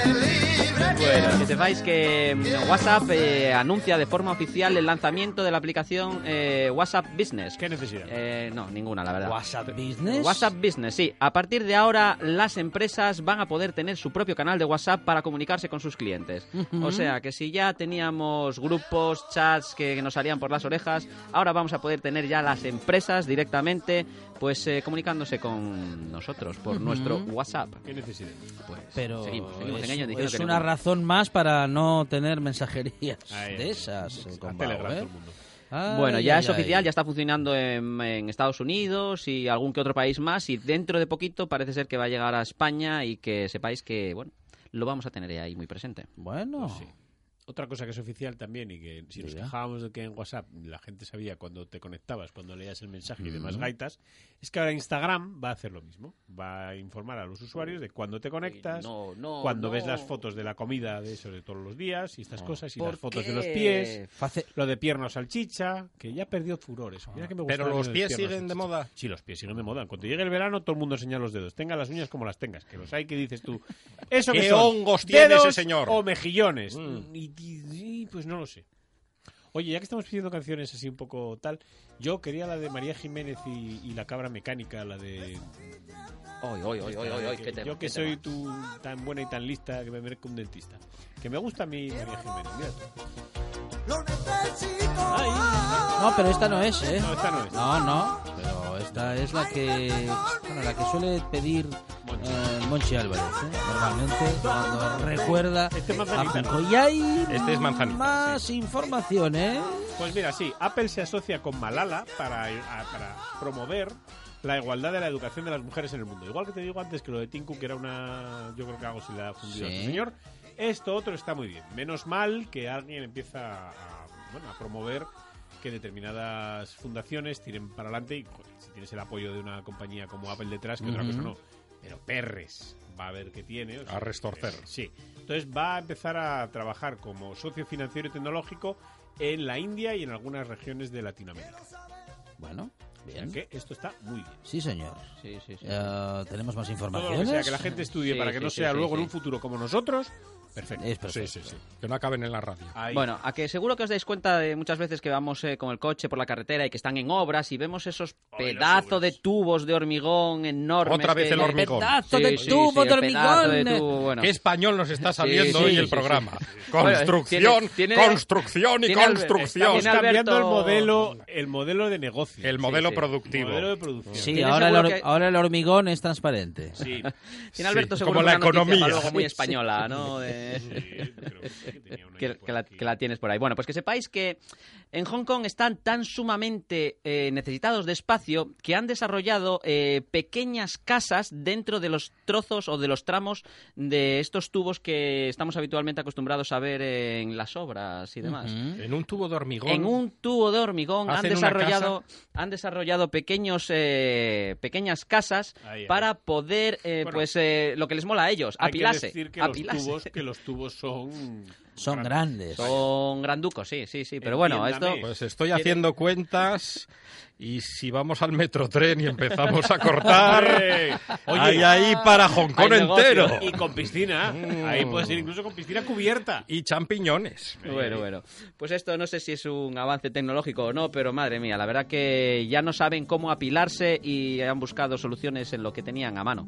Bueno, que sepáis que mm, WhatsApp eh, anuncia de forma oficial el lanzamiento de la aplicación eh, WhatsApp Business.
¿Qué necesidad?
Eh,
no, ninguna, la verdad.
WhatsApp Business.
WhatsApp Business, sí. A partir de ahora, las empresas van a poder tener su propio canal de WhatsApp para comunicarse con sus clientes.
Ujú.
O sea, que si ya teníamos grupos, chats que nos salían por las orejas, ahora vamos a poder tener ya las empresas directamente, pues eh, comunicándose con nosotros por
Ujú.
nuestro WhatsApp.
¿Qué necesidad?
Pues
Pero
seguimos, seguimos
es,
engañando, diciendo
es
que
una
ninguna.
razón más para no tener mensajerías
Ahí,
de
ahí.
esas. eh, con
A
vago,
Telegram
¿eh?
todo el mundo.
Ay,
Bueno, ya
ay,
es
ay.
oficial, ya está funcionando en, en Estados Unidos y algún que otro país más y dentro de poquito parece ser que va a llegar a España y que sepáis que, bueno, lo vamos a tener ahí muy presente.
Bueno.
Pues Otra cosa que es oficial también y que si nos
Diga.
quejábamos de que en WhatsApp la gente sabía cuando te conectabas, cuando leías el mensaje y demás
Ujú.
gaitas, es que ahora Instagram va a hacer lo mismo. Va a informar a los usuarios de cuando te conectas,
no, no,
cuando
no.
ves las fotos de la comida de eso de todos los días y estas
No.
cosas y
¿Por
las fotos
qué?
de los pies,
Face-
lo de pierna o salchicha, que ya perdió furor eso. Mira que me
Pero
gustaba
los
lo de
pies
pierna o
siguen de
salchicha.
moda.
Sí, los pies si no me modan. Cuando llegue el verano todo el mundo enseña los dedos, tenga las uñas como las tengas, que los hay que dices tú. Eso
¿Qué
que son,
hongos tiene ese
dedos
señor?
O mejillones.
Mm.
Y, y- y, pues no lo sé. Oye, ya que estamos pidiendo canciones así un poco tal, yo quería la de María Jiménez y, y la cabra mecánica, la de.
Oy, oy, oy, oy, oy, oy,
Que-
qué tema,
Yo que
qué
soy
tema.
tú tan buena y tan lista que me merezco un dentista. Que me gusta a mí María Jiménez, mira tú.
No, pero esta no es, ¿eh?
No, esta no es.
No, no, pero esta es la que, bueno, la que suele pedir eh, Monchi Álvarez, ¿eh? Normalmente cuando recuerda
Este es
a
manzanita, ¿no?
Junco. Y hay
Este es manzanita,
más información, ¿eh?
Pues mira, sí, Apple se asocia con Malala para, a- para promover la igualdad de la educación de las mujeres en el mundo. Igual que te digo antes que lo de Tinku, que era una. Yo creo que hago si la ha fundido
Sí.
este señor. Esto otro está muy bien. Menos mal que alguien empieza a, bueno, a promover que determinadas fundaciones tiren para adelante y joder, si tienes el apoyo de una compañía como Apple detrás, que otra
Ujú.
cosa no. Pero Perres va a ver qué tiene. o sea,
A restorcer.
Sí. Entonces va a empezar a trabajar como socio financiero y tecnológico en la India y en algunas regiones de Latinoamérica.
Bueno, bien.
O sea que esto está muy bien.
Sí, señor.
Sí, sí, sí.
Eh, Tenemos más
Todo
informaciones.
lo que sea que la gente estudie
Sí,
para que
sí,
no
sí,
sea
sí,
luego
sí.
en un futuro como nosotros, perfecto.
Es perfecto.
Sí, sí, sí.
Que no acaben en la radio.
Ahí.
Bueno, a que seguro que os dais cuenta de muchas veces que vamos eh, con el coche por la carretera y que están en obras y vemos esos pedazos de tubos de hormigón enormes.
Otra vez
que-
el hormigón.
Sí, sí, sí, el pedazo de tubo, bueno.
Qué español nos está saliendo
Sí, sí,
hoy
sí,
el
sí,
programa.
sí.
Construcción,
Bueno, tiene- tiene-
construcción y
tiene Albert-
construcción.
Estamos
Tiene
cambiando el
Alberto-
modelo, el modelo de negocio.
El modelo
Sí, sí.
productivo.
Modelo de producción.
Sí,
Tiene
ahora el,
seguro
hor-
que-
ahora el hormigón es transparente.
Sí.
Tiene Alberto seguro
como la
una noticia para
economía.
luego muy
Sí,
española,
sí.
¿no? De-
que tenía una
que, que la, que la tienes por ahí. Bueno, pues que sepáis que en Hong Kong están tan sumamente eh, necesitados de espacio que han desarrollado eh, pequeñas casas dentro de los trozos o de los tramos de estos tubos que estamos habitualmente acostumbrados a ver en las obras y demás.
En un tubo de hormigón.
En un tubo de hormigón han
Hacen una
desarrollado, han desarrollado pequeños, eh, pequeñas casas
Ahí, ahí.
para poder, eh,
Bueno.
pues, eh, lo que les mola a ellos,
Hay
apilarse.
que decir que
apilarse.
los tubos, que los tubos son
Son grandes.
Son granducos, sí, sí, sí. Pero bueno, esto.
Entiéndame.
Pues estoy haciendo cuentas y si vamos al metrotren y empezamos a cortar,
Oye,
hay ahí para Hong Kong
Hay negocio.
entero.
y con piscina. Ahí puede ser incluso con piscina cubierta.
Y champiñones.
Bueno, bueno. Pues esto no sé si es un avance tecnológico o no, pero madre mía, la verdad que ya no saben cómo apilarse y han buscado soluciones en lo que tenían a mano.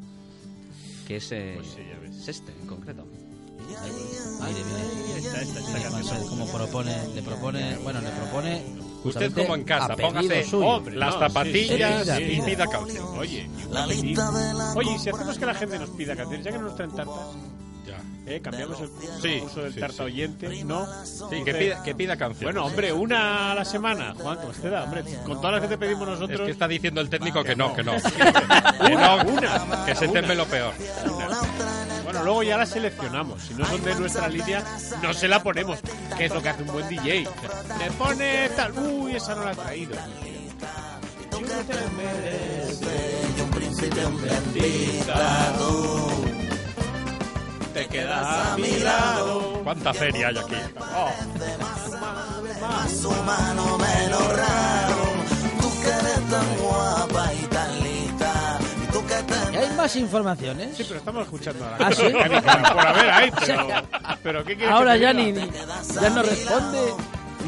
Que es, eh,
Pues
es este en concreto.
Mire, mire. Mire, Gonzalo, cómo propone, le propone, bueno, le propone.
Usted
justamente
como en casa,
a pedido
póngase
suyo.
Hombre,
las
no,
zapatillas
sí, sí, sí.
y pida caución.
Oye, sí. oye, y si hacemos que la gente nos pida canciones, ya que no nos traen tartas,
Ya.
¿eh? cambiamos el
Sí,
uso del
sí,
tarta
sí.
oyente, ¿no?
Sí, que pida, que pida canciones.
Bueno, hombre, una a la semana, Juan, como usted da, hombre, con todas las que te pedimos
Es
nosotros.
que está diciendo el técnico que no, que no. Que no, que se teme lo peor.
Bueno, luego ya las seleccionamos. Si no son de nuestra línea, no se la ponemos. Que es lo que hace un buen DJ. Le pone tal. Uy, esa no la ha traído. Te quedas a mi lado.
¿Cuánta feria hay aquí?
Y hay más informaciones.
Sí, pero estamos escuchando a la
¿Ah, sí?
Por haber ahí, pero. pero ¿qué quieres
Ahora
que te
ya
diga?
ni, ni- ya no responde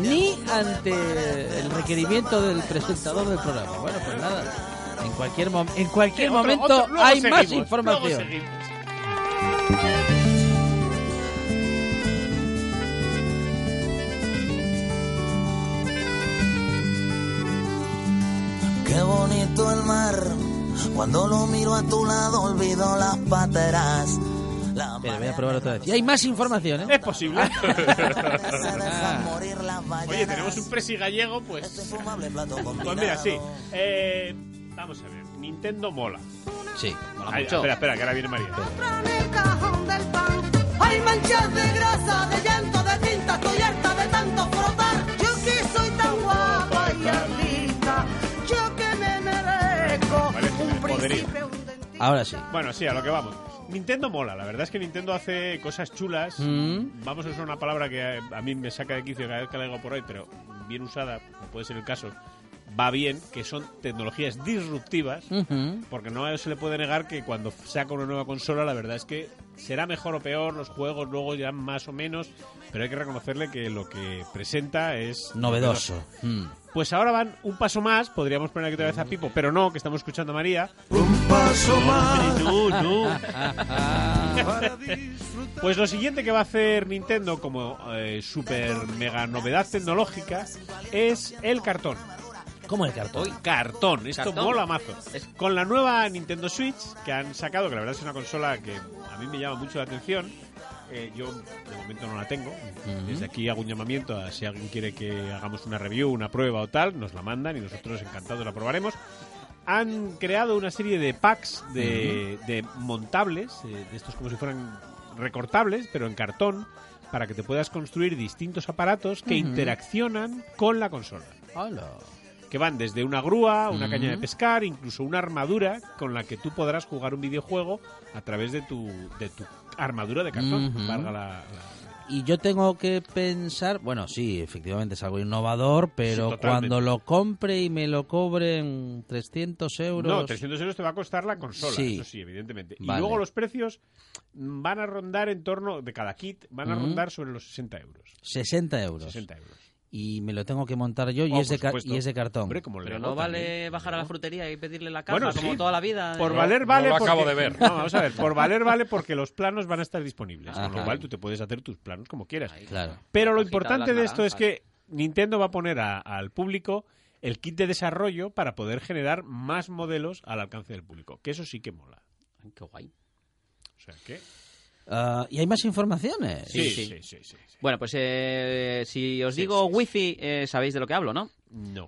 ni ante el requerimiento del presentador del programa. Bueno, pues nada. En cualquier, mom- en cualquier
Otro-
momento
otro- luego
hay más
seguimos, luego
información.
seguimos.
Qué bonito el mar. Cuando lo miro a tu lado, olvido las pateras. La
Pero voy a probar otra vez. Y hay más información, ¿eh?
Es posible.
se dejan morir las
Oye,
ballenas.
tenemos un presi gallego, pues.
Fumable plato
Pues mira, sí. Eh, vamos a ver. Nintendo mola.
Sí.
Ay,
mucho.
Espera, espera, que ahora viene María.
en el cajón del pan. hay manchas de grasa, de llanto, de tinta, estoy harta de tanto frotar. Yo que soy tan guapa y artista, yo que me merezco un
Poderío.
príncipe.
Ahora sí.
Bueno, sí, a lo que vamos. Nintendo mola, la verdad es que Nintendo hace cosas chulas.
Mm.
Vamos a usar una palabra que a a mí me saca de quicio cada vez que la digo por ahí, pero bien usada, como puede ser el caso, va bien, que son tecnologías disruptivas,
Ujú.
porque no se le puede negar que cuando saca una nueva consola, la verdad es que será mejor o peor, los juegos luego irán más o menos, pero hay que reconocerle que lo que presenta es...
Novedoso. Mm.
Pues ahora van un paso más, podríamos poner aquí otra vez a Pipo, pero no, que estamos escuchando a María.
Un paso
más. No, no. pues lo siguiente que va a hacer Nintendo como eh, super mega novedad tecnológica es el cartón.
¿Cómo el cartón?
Cartón, esto
Cartón.
mola mazo. Con la nueva Nintendo Switch que han sacado, que la verdad es una consola que a mí me llama mucho la atención. eh, yo de momento no la tengo. Desde aquí hago un llamamiento a si alguien quiere que hagamos una review, una prueba o tal, nos la mandan y nosotros encantados la probaremos. Han creado una serie de packs de, de montables, eh, de estos como si fueran recortables, pero en cartón, para que te puedas construir distintos aparatos que
Ujú.
interaccionan con la consola.
Hola.
Que van desde una grúa, una
Ujú.
caña de pescar, incluso una armadura con la que tú podrás jugar un videojuego a través de tu, de tu armadura de cartón.
Ujú.
valga la- la-
Y yo tengo que pensar, bueno, sí, efectivamente es algo innovador, pero
Sí, totalmente.
cuando lo compre y me lo cobren 300 euros...
No, 300 euros te va a costar la consola,
Sí.
eso sí, evidentemente. Y
Vale.
luego los precios mm, van a rondar en torno, de cada kit, van a
Ujú.
rondar sobre los 60 euros.
60 euros.
60 euros.
Y me lo tengo que montar yo y,
Oh,
es, de
por
ca-
supuesto.
y es de cartón.
Hombre, como el
Pero
Lego
no vale
también.
bajar a la frutería y pedirle la caja
Bueno, sí.
como toda la vida.
Por
eh.
valer vale. porque- No, vamos a ver. Por valer vale porque los planos van a estar disponibles. Con lo
Ajá.
cual tú te puedes hacer tus planos como quieras.
Claro.
Pero lo
Cajita
importante
blanca,
de esto es
Pues naranjas.
que Nintendo va a poner a- al público el kit de desarrollo para poder generar más modelos al alcance del público. Que eso sí que mola.
Ay, Qué guay.
O sea que.
Ah, ¿Y hay más informaciones?
Sí, sí, sí. sí, sí.
Bueno, pues eh, si os digo wifi, eh, sabéis de lo que hablo, ¿no? No
No.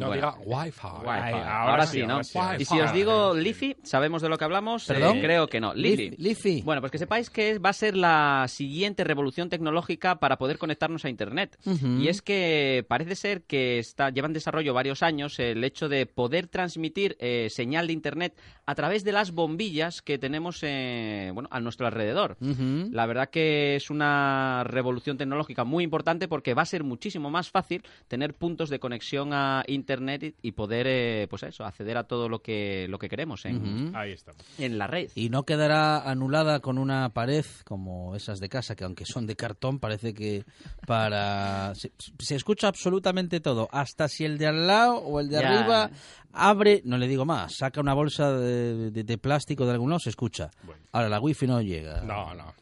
No diga Wi-Fi.
Ahora,
Ahora
sí,
sí,
¿no?
ahora sí, ahora
Y
sí.
si os digo Lifi, ¿sabemos de lo que hablamos?
¿Perdón?
Eh, creo que no. Lifi.
Lif- Lifi.
Bueno, pues que sepáis que va a ser la siguiente revolución tecnológica para poder conectarnos a Internet.
Ujú.
Y es que parece ser que está, lleva en desarrollo varios años el hecho de poder transmitir eh, señal de Internet a través de las bombillas que tenemos eh, bueno, a nuestro alrededor.
Ujú.
La verdad que es una revolución tecnológica muy importante porque va a ser muchísimo más fácil tener puntos de conexión a Internet y y poder, eh, pues eso, acceder a todo lo que, lo que queremos en,
Ujú.
Ahí estamos.
en la red.
Y no quedará anulada con una pared como esas de casa, que aunque son de cartón, parece que para... Se, se escucha absolutamente todo, hasta si el de al lado o el de
Ya.
arriba abre, no le digo más, saca una bolsa de, de- de plástico de algún lado, se escucha. Ahora la wifi no llega.
No, no.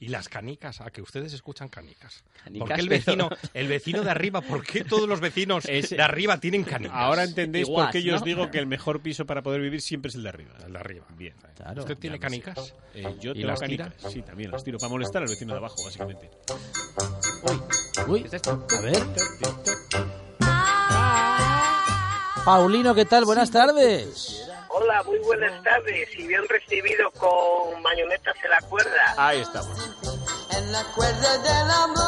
Y las canicas, a que ustedes escuchan canicas.
Canicas,
¿Por qué el
pero-
vecino, el vecino de arriba, por qué todos los vecinos
Ese-
de arriba tienen canicas?
Ah,
Ahora entendéis por qué yo os
¿no?
digo que el mejor piso para poder vivir siempre es el de arriba.
El de arriba.
Bien.
¿Usted tiene
Ya me sé.
canicas?
Eh, yo
Eh, ¿Y
tengo
las
canicas.
tira?
Sí, también las tiro. Para molestar al vecino de abajo, básicamente.
Uy, a ver. Paulino, ¿qué tal? Buenas tardes.
Hola, muy buenas tardes y bien recibido con mayonetas en la cuerda.
Ahí estamos.
En la cuerda del amor.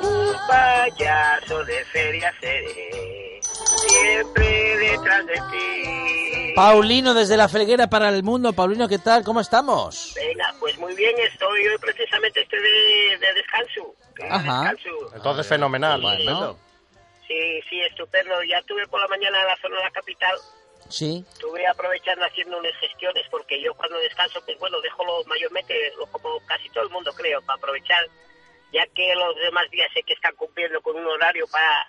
Un payaso de feria seré, siempre detrás de ti.
Paulino desde la Felguera para el Mundo. Paulino, ¿qué tal? ¿Cómo estamos?
Venga, pues muy bien, estoy hoy precisamente estoy de, de descanso. de
Ajá.
descanso.
Entonces, fenomenal.
Bueno.
Sí, sí, estupendo. Ya estuve por la mañana en la zona de la capital.
Sí.
Estuve aprovechando haciendo unas gestiones porque yo cuando descanso, pues bueno, dejo lo- mayormente, lo- como casi todo el mundo creo, para aprovechar, ya que los demás días sé que están cumpliendo con un horario para...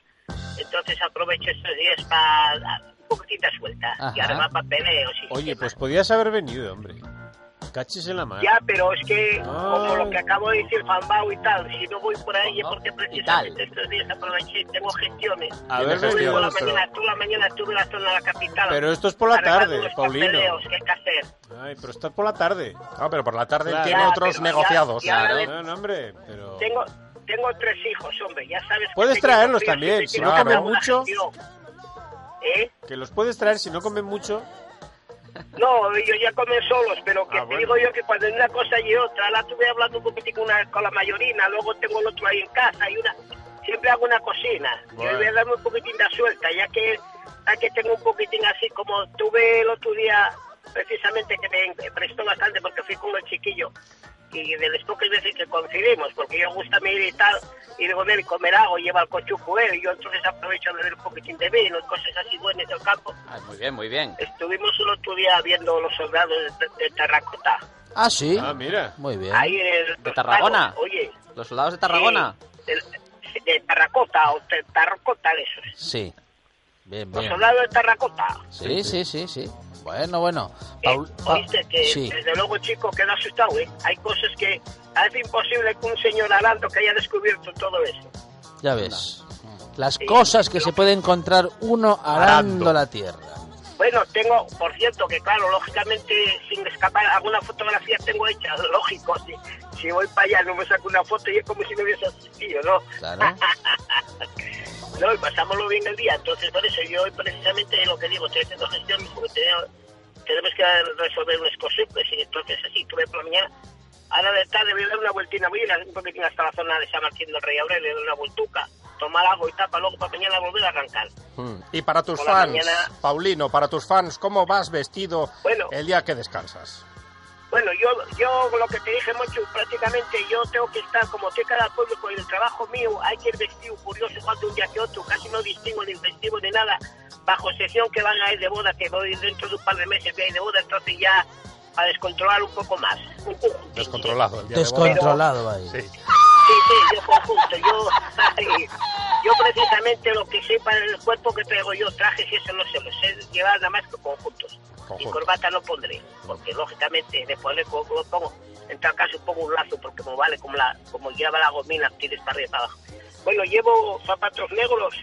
Entonces aprovecho estos días para dar un poquitita suelta y
Ajá.
además papeleos y
Oye, pues podías haber venido, hombre. Cachis en la mano.
ya, pero es que, como
Ah.
lo que acabo de decir, Fambao y tal, si no voy por ahí es porque precisamente estos días aproveché y tengo gestiones.
A ver,
Estuve
Rocío,
por la
pero-
mañana, tú la mañana estuve en la zona de la capital.
Pero esto es por la
Arreglando
tarde,
unos
Paulino.
papeleos que hay que hacer.
Ay, pero estás por la tarde.
Ah, pero por la tarde
Claro.
tiene
Ya,
otros
pero ya-
negociados.
ya le-
No, no, hombre, pero...
Tengo, tengo tres hijos, hombre, ya sabes. que
Puedes
tengo
traerlos
frío, siempre
también, si
tengo
no
que
comen
hacer una
mucho.
gestión. ¿Eh?
Que los puedes traer si no comen mucho.
No, ellos ya comen solos, pero que
Ah,
te
bueno.
digo yo que cuando hay una cosa y otra, la estuve hablando un poquitico una, con la mayorina, luego tengo el otro ahí en casa y una... Siempre hago una cocina,
Bueno.
yo voy a darme un poquitín de suelta, ya que, ya que tengo un poquitín así, como tuve el otro día, precisamente que me prestó bastante porque fui con el chiquillo, y de las pocas veces que coincidimos, porque yo gusta me ir y tal, y de comer, comer algo, lleva el cochuco él, y yo entonces aprovecho de ver un poquitín de vino, y cosas así buenas del campo.
Ah, muy bien, muy bien.
Estuvimos el otro día viendo los soldados de, de Terracota.
Ah, sí.
Ah, mira.
Muy bien.
Ahí en el-
¿De Tarragona?
Claro, Oye,
¿Los soldados de Tarragona?
de, de Terracota o de Terracota, esos.
Sí. Bien,
Los
bien.
soldados de Terracota.
Sí, sí, sí, sí. Bueno, bueno.
Eh,
Paul- pa-
Oíste que,
sí.
desde luego, chico, queda asustado, ¿eh? Hay cosas que hace imposible que un señor Arando que haya descubierto todo eso.
Ya ves. Las cosas que se puede encontrar uno arando la tierra.
Bueno, tengo, por cierto, que claro, lógicamente, sin escapar, alguna fotografía tengo hecha, lógico, si, si voy para allá no me saco una foto y es como si no hubiese asistido, ¿no?
Claro.
No, y pasámoslo bien el día, entonces por eso yo hoy precisamente lo que digo, estoy haciendo gestión porque tenía- tenemos que resolver unas cositas y entonces así tuve por la mañana. Ahora de tarde voy a dar una vueltina, voy a ir un poquitín hasta la zona de San Martín del Rey Aurelio, dar una vueltuca, tomar algo y tapa, luego para mañana volver a arrancar.
Hmm.
Mm. Y para tus
Por la
fans,
mañana-
Paulino, para tus fans, ¿cómo vas vestido
Bueno.
el día que descansas?
Bueno, yo, yo lo que te dije, mucho prácticamente yo tengo que estar, como estoy cara al público y el trabajo mío, hay que ir vestido curioso más de un día que otro, casi no distingo ni festivo ni nada, bajo sesión que van a ir de boda, que voy dentro de un par de meses que hay de boda, entonces ya a descontrolar un poco más. Un conjunto,
Descontrolado el día de boda.
Descontrolado ahí.
sí, sí, yo conjunto, yo, ay, yo precisamente lo que sé para el cuerpo que traigo yo, trajes y eso no sé, lo sé llevar nada más que conjuntos. Y
Conjunto.
corbata no pondré, porque lógicamente después le co- lo pongo, en tal caso pongo un lazo, porque me vale como la como lleva la gomina, tires para arriba y para abajo. Bueno, llevo zapatos negros,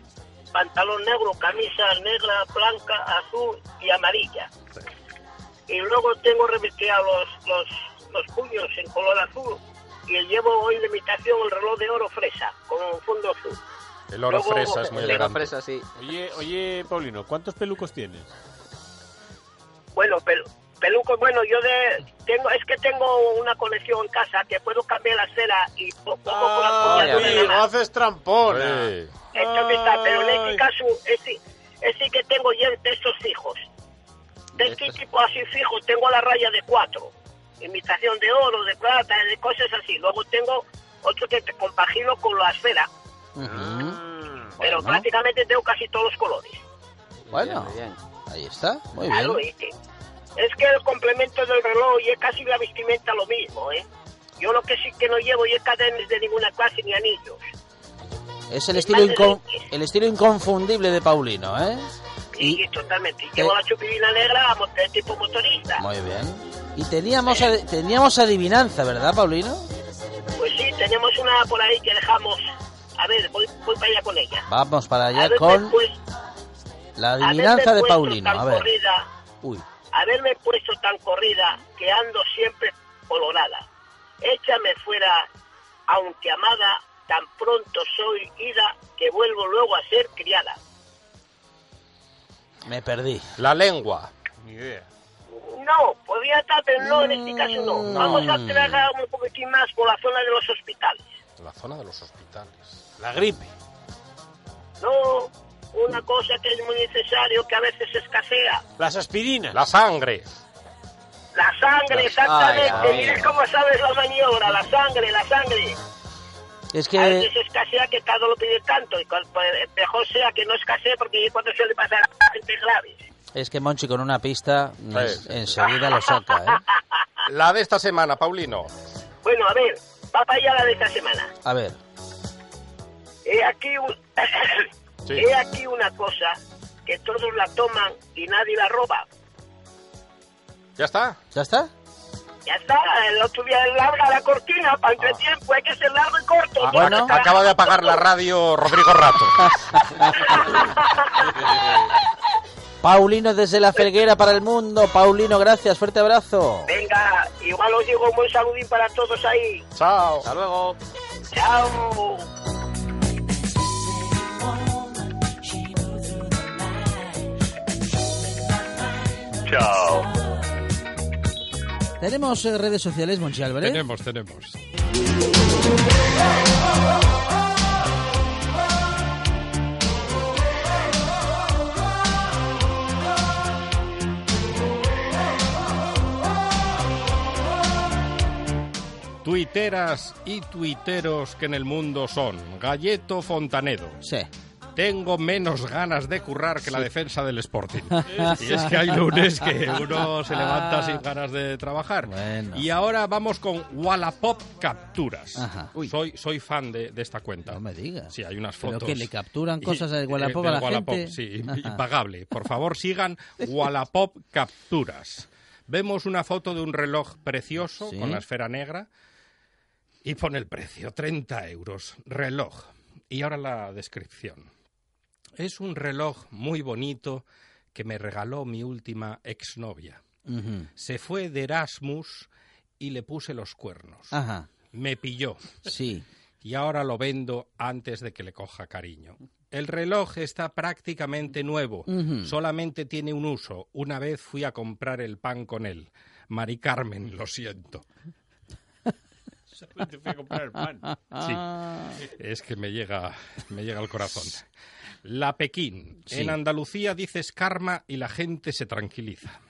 pantalón negro, camisa negra, blanca, azul y amarilla. Y luego tengo remeteados los, los, los puños en color azul y llevo hoy de imitación el reloj de oro fresa, con fondo azul.
El oro
Luego-
fresa es muy
el oro
elegante.
fresa, Oye, oye, Paulino, ¿cuántos pelucos tienes?
Bueno, pero peluco, bueno, yo de tengo es que tengo una conexión en casa que puedo cambiar la cera y po- poco por
Ah,
la
Ay, amigo, haces trampón.
Entonces está, pero en este caso es sí- es sí que tengo ya de estos fijos. De este tipo así fijo tengo la raya de cuatro. Imitación de oro, de plata, de cosas así. Luego tengo otro que te compagino con la esfera, pero
Bueno,
prácticamente tengo casi todos los colores.
bueno. ahí está. Muy
Claro,
bien.
es que, es que el complemento del reloj y es casi la vestimenta lo mismo, ¿eh? Yo lo que sí que no llevo y es cadenas de ninguna clase ni anillos.
Es el estilo, incon- el estilo inconfundible de Paulino, ¿eh?
Y, totalmente. Y llevo
eh.
la chupilina negra mo- de tipo motorista.
Muy bien. Y teníamos, ade- teníamos adivinanza, ¿verdad, Paulino?
Pues sí, tenemos una por ahí que dejamos. A ver, voy, voy para allá con ella.
Vamos para
a
allá
ver
con
después-
la
haberme
adivinanza de
puesto
Paulino.
tan
A ver.
corrida,
Uy.
haberme puesto tan corrida que ando siempre colorada. Échame fuera, aunque amada, tan pronto soy ida que vuelvo luego a ser criada.
Me perdí.
La lengua. Ni idea.
No, podría estar, pero no, en
Mm,
este caso no. Vamos a tragar un poquitín más por la zona de los hospitales.
La zona de los hospitales.
La gripe.
No, una cosa que es muy necesario, que a veces escasea.
Las aspirinas.
La sangre.
La sangre, exactamente.
amigo.
Mira cómo sabes la maniobra, la sangre, la sangre.
Es
A
que
veces escasea que cada lo pide tanto y cual- pues, mejor sea que no escasee porque es cuando suele pasar a gente grave.
es que Monchi con una pista
Sí, sí, sí.
enseguida lo saca, ¿eh?
La de esta semana, Paulino.
Bueno, a ver, va para allá la de esta semana.
A ver.
He aquí, un-
Sí.
He aquí una cosa que todos la toman y nadie la roba.
¿Ya está?
¿Ya está?
Ya está, el otro día es larga la cortina, para entre tiempo hay que ser largo y corto.
Ah,
¿no?
ac- Acaba de apagar la radio Rodrigo Rato.
Paulino desde la Felguera para el mundo. Paulino, gracias. Fuerte abrazo.
Venga, igual os digo un buen saludín para todos ahí.
Chao.
Hasta luego. Chao.
Chao.
Tenemos eh, redes sociales, Monchi Álvarez.
Tenemos, tenemos. Tuiteras y tuiteros que en el mundo son Galleto Fontanedo.
Sí.
Tengo menos ganas de currar que la defensa del Sporting. y es que hay lunes que uno se
Ah.
levanta sin ganas de trabajar. Y ahora vamos con Wallapop Capturas.
Ajá.
Soy, soy fan de, de esta cuenta. No
me digas.
Sí, hay unas
Pero
fotos.
que le capturan
Y-
cosas de
eh,
Wallapop
del
a la
Wallapop,
gente.
Sí,
Ajá.
impagable. Por favor, sigan Wallapop Capturas. Vemos una foto de un reloj precioso
Sí.
con la esfera negra y pone el precio, 30 euros, reloj. Y ahora la descripción. Es un reloj muy bonito que me regaló mi última exnovia.
Ujú.
Se fue de Erasmus y le puse los cuernos.
Ajá.
Me pilló.
Sí.
Y ahora lo vendo antes de que le coja cariño. El reloj está prácticamente nuevo.
Ujú.
Solamente tiene un uso. Una vez fui a comprar el pan con él. Mari Carmen, lo siento.
Solamente fui a comprar el pan.
Sí. Ah. Es que me llega, me llega al corazón. La Pekín.
Sí.
En Andalucía dices karma y la gente se tranquiliza.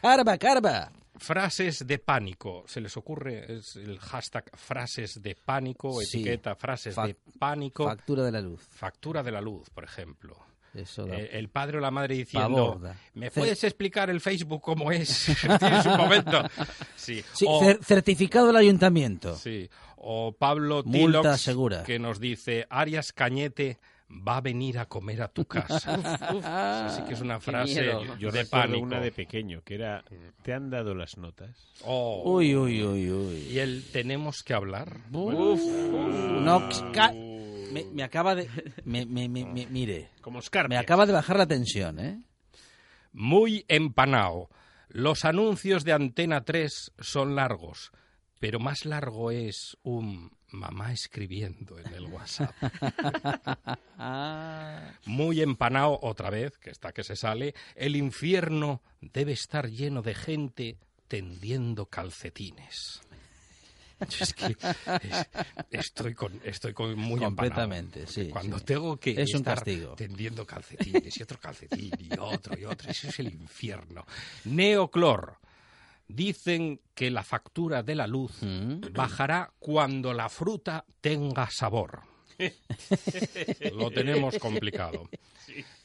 Carva, carva.
Frases de pánico. ¿Se les ocurre es el hashtag frases de pánico?
Sí.
Etiqueta frases
Fac-
de pánico.
Factura de la luz.
Factura de la luz, por ejemplo.
Eso da-
Eh, el padre o la madre
Pavor
diciendo,
da.
¿me
Cer-
puedes explicar el Facebook cómo es? Tienes un momento. Sí.
Sí,
O-
cer- certificado del ayuntamiento.
Sí. O Pablo
Multa
Tilox,
segura.
que nos dice, Arias Cañete va a venir a comer a tu casa. Uf, uf. Así que es una
Qué
frase
miedo. Yo
de
recuerdo
pánico.
una de pequeño, que era, ¿te han dado las notas?
Oh.
Uy, uy, uy, uy.
Y el tenemos que hablar.
No, ca- me, me acaba de... Me, me- me- me- mire.
Como
Me acaba de bajar la tensión, ¿eh?
Muy empanao. Los anuncios de Antena 3 son largos, pero más largo es un mamá escribiendo en el WhatsApp.
Ah.
Muy empanao otra vez, que está que se sale. El infierno debe estar lleno de gente tendiendo calcetines. Yo es que es- estoy con estoy con muy empanao.
Completamente, sí,
Cuando
sí.
tengo que
Es un
estar
castigo.
tendiendo calcetines y otro calcetín y otro y otro, eso es el infierno. Neoclor. Dicen que la factura de la luz
Mm.
bajará cuando la fruta tenga sabor. Lo tenemos complicado.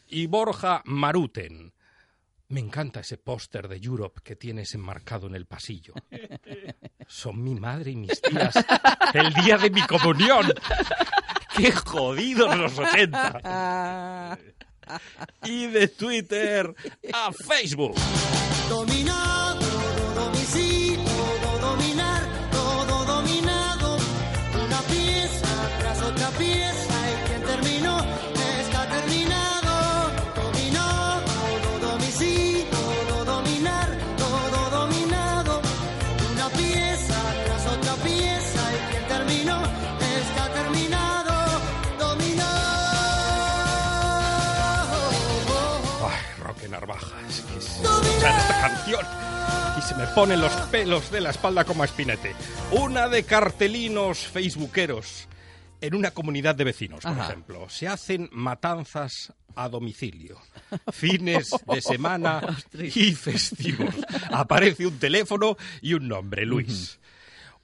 Y Borja Maruten. Me encanta ese póster de Europe que tienes enmarcado en el pasillo. Son mi madre y mis tías el día de mi comunión. ¡Qué jodidos los 80! Y de Twitter a Facebook.
Dominado, todo domicilio, todo dominar, todo dominado. Una pieza tras otra pieza, el quien terminó está terminado. Dominó, todo domicilio, todo dominar, todo dominado. Una pieza tras otra pieza, el quien terminó está terminado. Dominó.
Ay, Roque Narvaja, es que es escuchar esta canción y se me ponen los pelos de la espalda como a espinete. Una de cartelinos facebookeros en una comunidad de vecinos, por
Ajá.
ejemplo. Se hacen matanzas a domicilio, fines de semana y festivos. Aparece un teléfono y un nombre, Luis.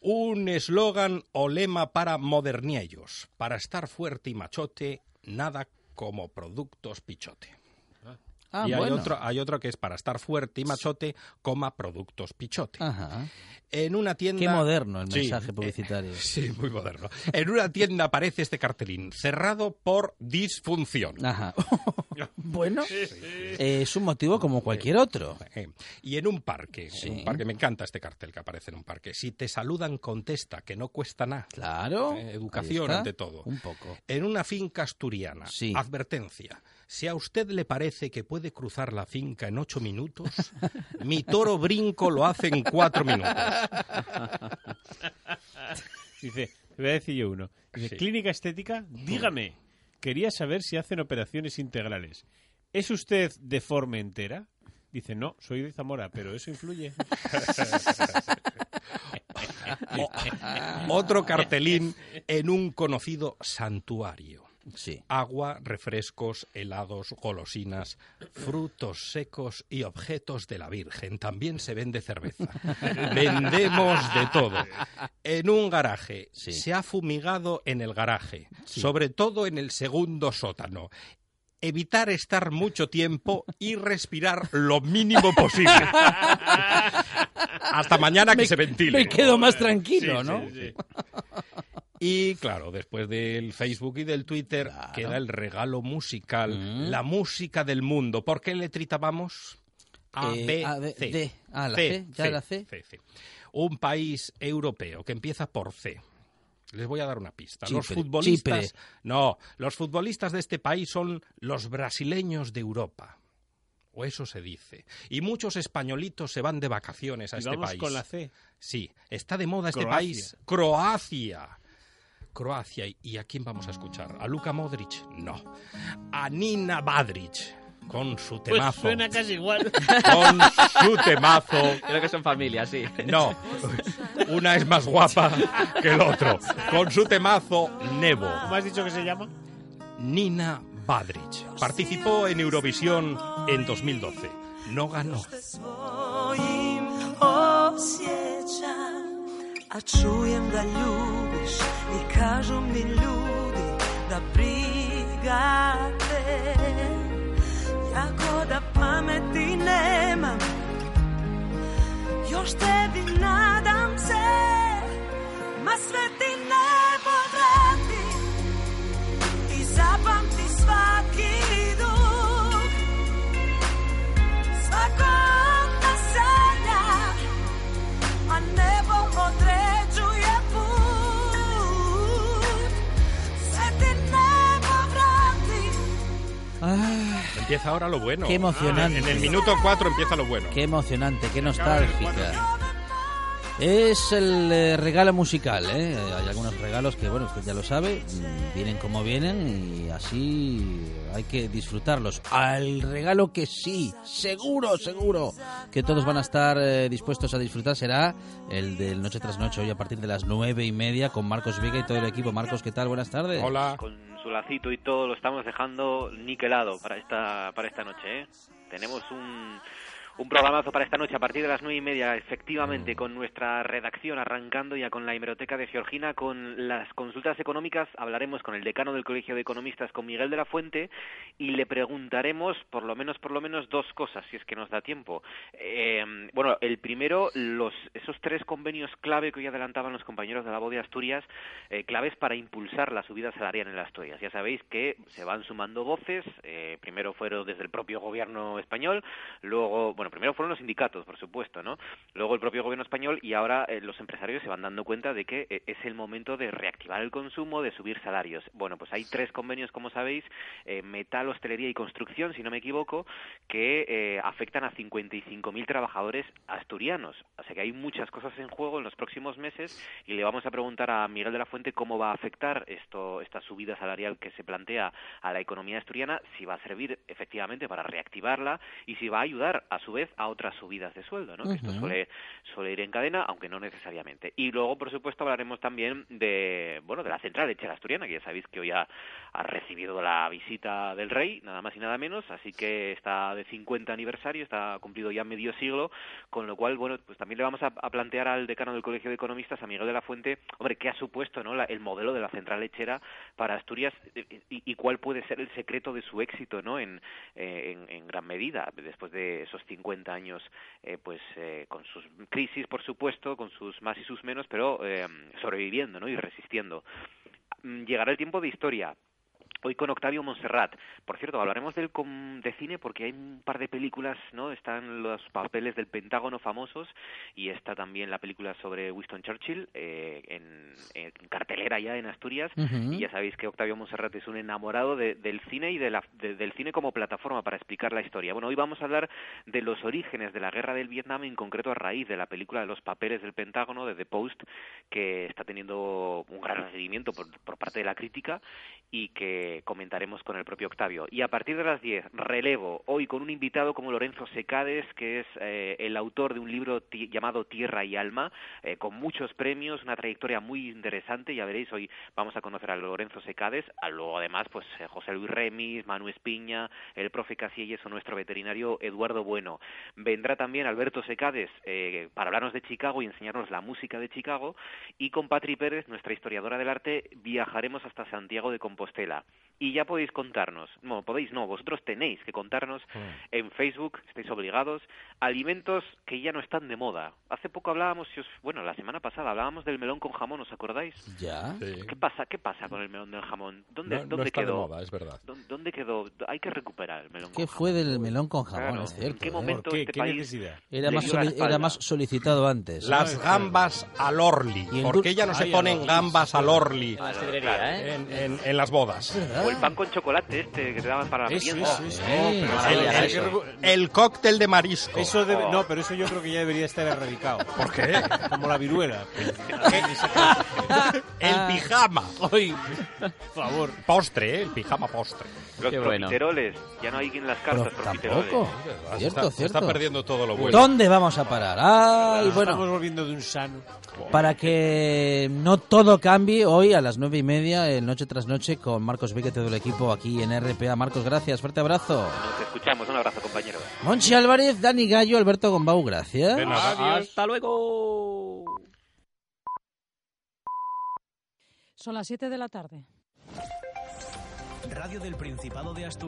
Un eslogan o lema para moderniellos. Para estar fuerte y machote, nada como productos pichote
Ah,
y hay,
bueno.
otro, hay otro que es para estar fuerte y machote, coma productos pichote. En una tienda...
Ah. Qué moderno el
Sí,
mensaje
eh,
publicitario.
sí, muy moderno. En una tienda aparece este cartelín, cerrado por disfunción.
Ajá. bueno, eh, es un motivo como cualquier otro.
Eh, Y en un parque, en un parque, me encanta este cartel que aparece en un parque. Si te saludan, contesta, que no cuesta nada.
Claro.
Eh,
ahí
educación
está,
ante todo.
Un poco.
En una finca asturiana,
Sí.
advertencia. Si a usted le parece que puede cruzar la finca en ocho minutos, mi toro brinco lo hace en cuatro minutos.
Dice, te voy a decir yo uno. Dice,
Sí.
clínica estética, dígame, quería saber si hacen operaciones integrales. ¿Es usted de forma entera? Dice, no, soy de Zamora, pero eso influye.
O- eh, otro cartelín en un conocido santuario. Agua, refrescos, helados, golosinas, frutos secos y objetos de la Virgen. También se vende cerveza. Vendemos de todo. En un garaje. Se ha fumigado en el garaje, sobre todo en el segundo sótano. Evitar estar mucho tiempo y respirar lo mínimo posible. Hasta mañana que
Me-
se ventile.
me quedo más tranquilo, ¿no?
Y claro, después del Facebook y del Twitter queda el regalo musical,
Mm.
la música del mundo. ¿Por qué letrita vamos? A,
Eh,
B,
A, B,
C.
D. Ah, la C, ya la C.
Un país europeo que empieza por C. Les voy a dar una pista. los
Chipre,
futbolistas,
Chipre.
no, los futbolistas de este país son los brasileños de Europa. O eso se dice. Y muchos españolitos se van de vacaciones a
Y
este
vamos
país.
con la C.
Sí, está de moda este
Croacia.
país. Croacia. Croacia. ¿Y- ¿Y a quién vamos a escuchar? ¿A Luka Modric? No. A Nina Badric. Con su
Pues
temazo.
casi igual.
Con su temazo.
Creo que son familia, sí.
No. Una es más guapa que el otro. Con su temazo, Nebo.
¿Cómo has dicho que se llama?
Nina Badrich. Participó en Eurovisión en 2012. No ganó.
svojim osjećam A čujem da ljubiš i kažu mi ljudi da briga te Jako da pameti nemam Još tebi nadam se Ma sve ti nebo vrati I zapamti svaki dug Svakog da sanja, a nebo određuje put. Sve ti nebo vrati,
Empieza ahora lo bueno.
Qué Ah, emocionante.
ah, En el minuto 4 empieza lo bueno.
Qué emocionante, qué nostálgica. Es el eh, regalo musical, ¿eh? Hay algunos regalos que, bueno, usted ya lo sabe, mm, vienen como vienen y así hay que disfrutarlos. Al regalo que sí, seguro, seguro, que todos van a estar eh, dispuestos a disfrutar será el del Noche tras Noche, hoy a partir de las nueve y media con Marcos Vega y todo el equipo. Marcos, ¿qué tal? Buenas tardes.
Con su lacito y todo lo estamos dejando niquelado para esta, para esta noche. ¿eh? Tenemos un, un programazo para esta noche a partir de las nueve y media, efectivamente, con nuestra redacción arrancando ya con la hemeroteca de Georgina, con las consultas económicas. Hablaremos con el decano del Colegio de Economistas, con Miguel de la Fuente, y le preguntaremos por lo menos, por lo menos dos cosas, si es que nos da tiempo. Eh, bueno, el primero, los, esos tres convenios clave que hoy adelantaban los compañeros de la voz de Asturias, eh, claves para impulsar la subida salarial en las Asturias. Ya sabéis que se van sumando voces, eh, primero fueron desde el propio gobierno español, luego, bueno, primero fueron los sindicatos, por supuesto, ¿no? Luego el propio gobierno español y ahora eh, los empresarios se van dando cuenta de que eh, es el momento de reactivar el consumo, de subir salarios. Bueno, pues hay tres convenios, como sabéis, eh, metal, hostelería y construcción, si no me equivoco, que eh, afectan a 55.000 trabajadores asturianos. O sea que hay muchas cosas en juego en los próximos meses y le vamos a preguntar a Miguel de la Fuente cómo va a afectar esto, esta subida salarial que se plantea a la economía asturiana, si va a servir efectivamente para reactivarla y si va a ayudar a su vez a otras subidas de sueldo, ¿no? Que esto
Ujú.
suele, suele ir en cadena, aunque no necesariamente. Y luego, por supuesto, hablaremos también de, bueno, de la central lechera asturiana, que ya sabéis que hoy ha, ha recibido la visita del rey, nada más y nada menos, así que está de 50 aniversario, está cumplido ya medio siglo, con lo cual, bueno, pues también le vamos a, a plantear al decano del Colegio de Economistas, a Miguel de la Fuente, hombre, qué ha supuesto, ¿no?, la- el modelo de la central lechera para Asturias eh, y, y cuál puede ser el secreto de su éxito, ¿no?, en, eh, en, en gran medida, después de esos 50 años, eh, pues eh, con sus crisis, por supuesto, con sus más y sus menos, pero eh, sobreviviendo, ¿no?, y resistiendo. Mm, Llegará el tiempo de historia, Hoy con Octavio Montserrat. Por cierto, hablaremos del com- de cine porque hay un par de películas, ¿no? Están los papeles del Pentágono famosos y está también la película sobre Winston Churchill eh, en, en cartelera ya en Asturias.
Ujú.
Y ya sabéis que Octavio Montserrat es un enamorado de- del cine y de la- de- del cine como plataforma para explicar la historia. Bueno, hoy vamos a hablar de los orígenes de la guerra del Vietnam, en concreto a raíz de la película de los papeles del Pentágono, de The Post, que está teniendo un gran recibimiento por, por parte de la crítica y que eh, comentaremos con el propio Octavio. Y a partir de las 10, relevo, hoy con un invitado como Lorenzo Secades, que es eh, el autor de un libro ti- llamado Tierra y Alma, eh, con muchos premios, una trayectoria muy interesante, ya veréis, hoy vamos a conocer a Lorenzo Secades, a luego además, pues eh, José Luis Remis, Manu Espiña, el profe Casillas o nuestro veterinario Eduardo Bueno. Vendrá también Alberto Secades eh, para hablarnos de Chicago y enseñarnos la música de Chicago, y con Patri Pérez, nuestra historiadora del arte, viajaremos hasta Santiago de Compostela. Y ya podéis contarnos, no, podéis no, vosotros tenéis que contarnos en Facebook, estáis obligados, alimentos que ya no están de moda. Hace poco hablábamos, si os- bueno, la semana pasada hablábamos del melón con jamón, ¿os acordáis?
Ya.
¿Qué pasa, qué pasa con el melón del jamón? ¿Dónde,
No- no
dónde
está de
quedó?
moda, ¿eh? es verdad.
¿Dó- ¿Dónde quedó? Hay que recuperar el melón
¿Qué
con
fue del melón con jamón?
Claro,
Es cierto.
¿en qué
¿eh?
momento ¿Por qué? este ¿Qué país necesidad?
Era
le
más,
dio la
soli-
espalda?
era más solicitado antes.
Las gambas al orli.
Y en
¿Por
Dur-
qué ya no se
Ay,
ponen
al orli,
gambas al orli
A la sidrería,
Claro,
¿eh?
en, en- en las bodas?
jamón? O
Ah.
el pan con chocolate este que te daban para la
Eso,
merienda.
eso, eso.
Oh, pero
El-
hay que
el-
recu-
el cóctel de
Oh.
marisco.
Eso debe- no, pero eso yo creo que ya debería estar erradicado.
¿Por qué?
Como la viruela.
Ah.
El pijama.
Hoy,
por favor. Postre, ¿eh? el pijama postre.
Los profiteroles, ya no hay en las cartas profiteroles.
Tampoco.
Se
Cierto,
está- se
cierto.
está perdiendo todo lo bueno.
¿Dónde vamos a parar? Ay, bueno.
Estamos volviendo de un sano.
Para que no todo cambie, hoy a las nueve y media, en Noche tras Noche, con Marcos Vega y todo el equipo aquí en RPA. Marcos, gracias. Fuerte abrazo.
Nos escuchamos, un abrazo compañero.
Monchi Álvarez, Dani Gallo, Alberto Gombau, gracias.
Hasta luego.
Son las 7 de la tarde.
Radio del Principado de Asturias.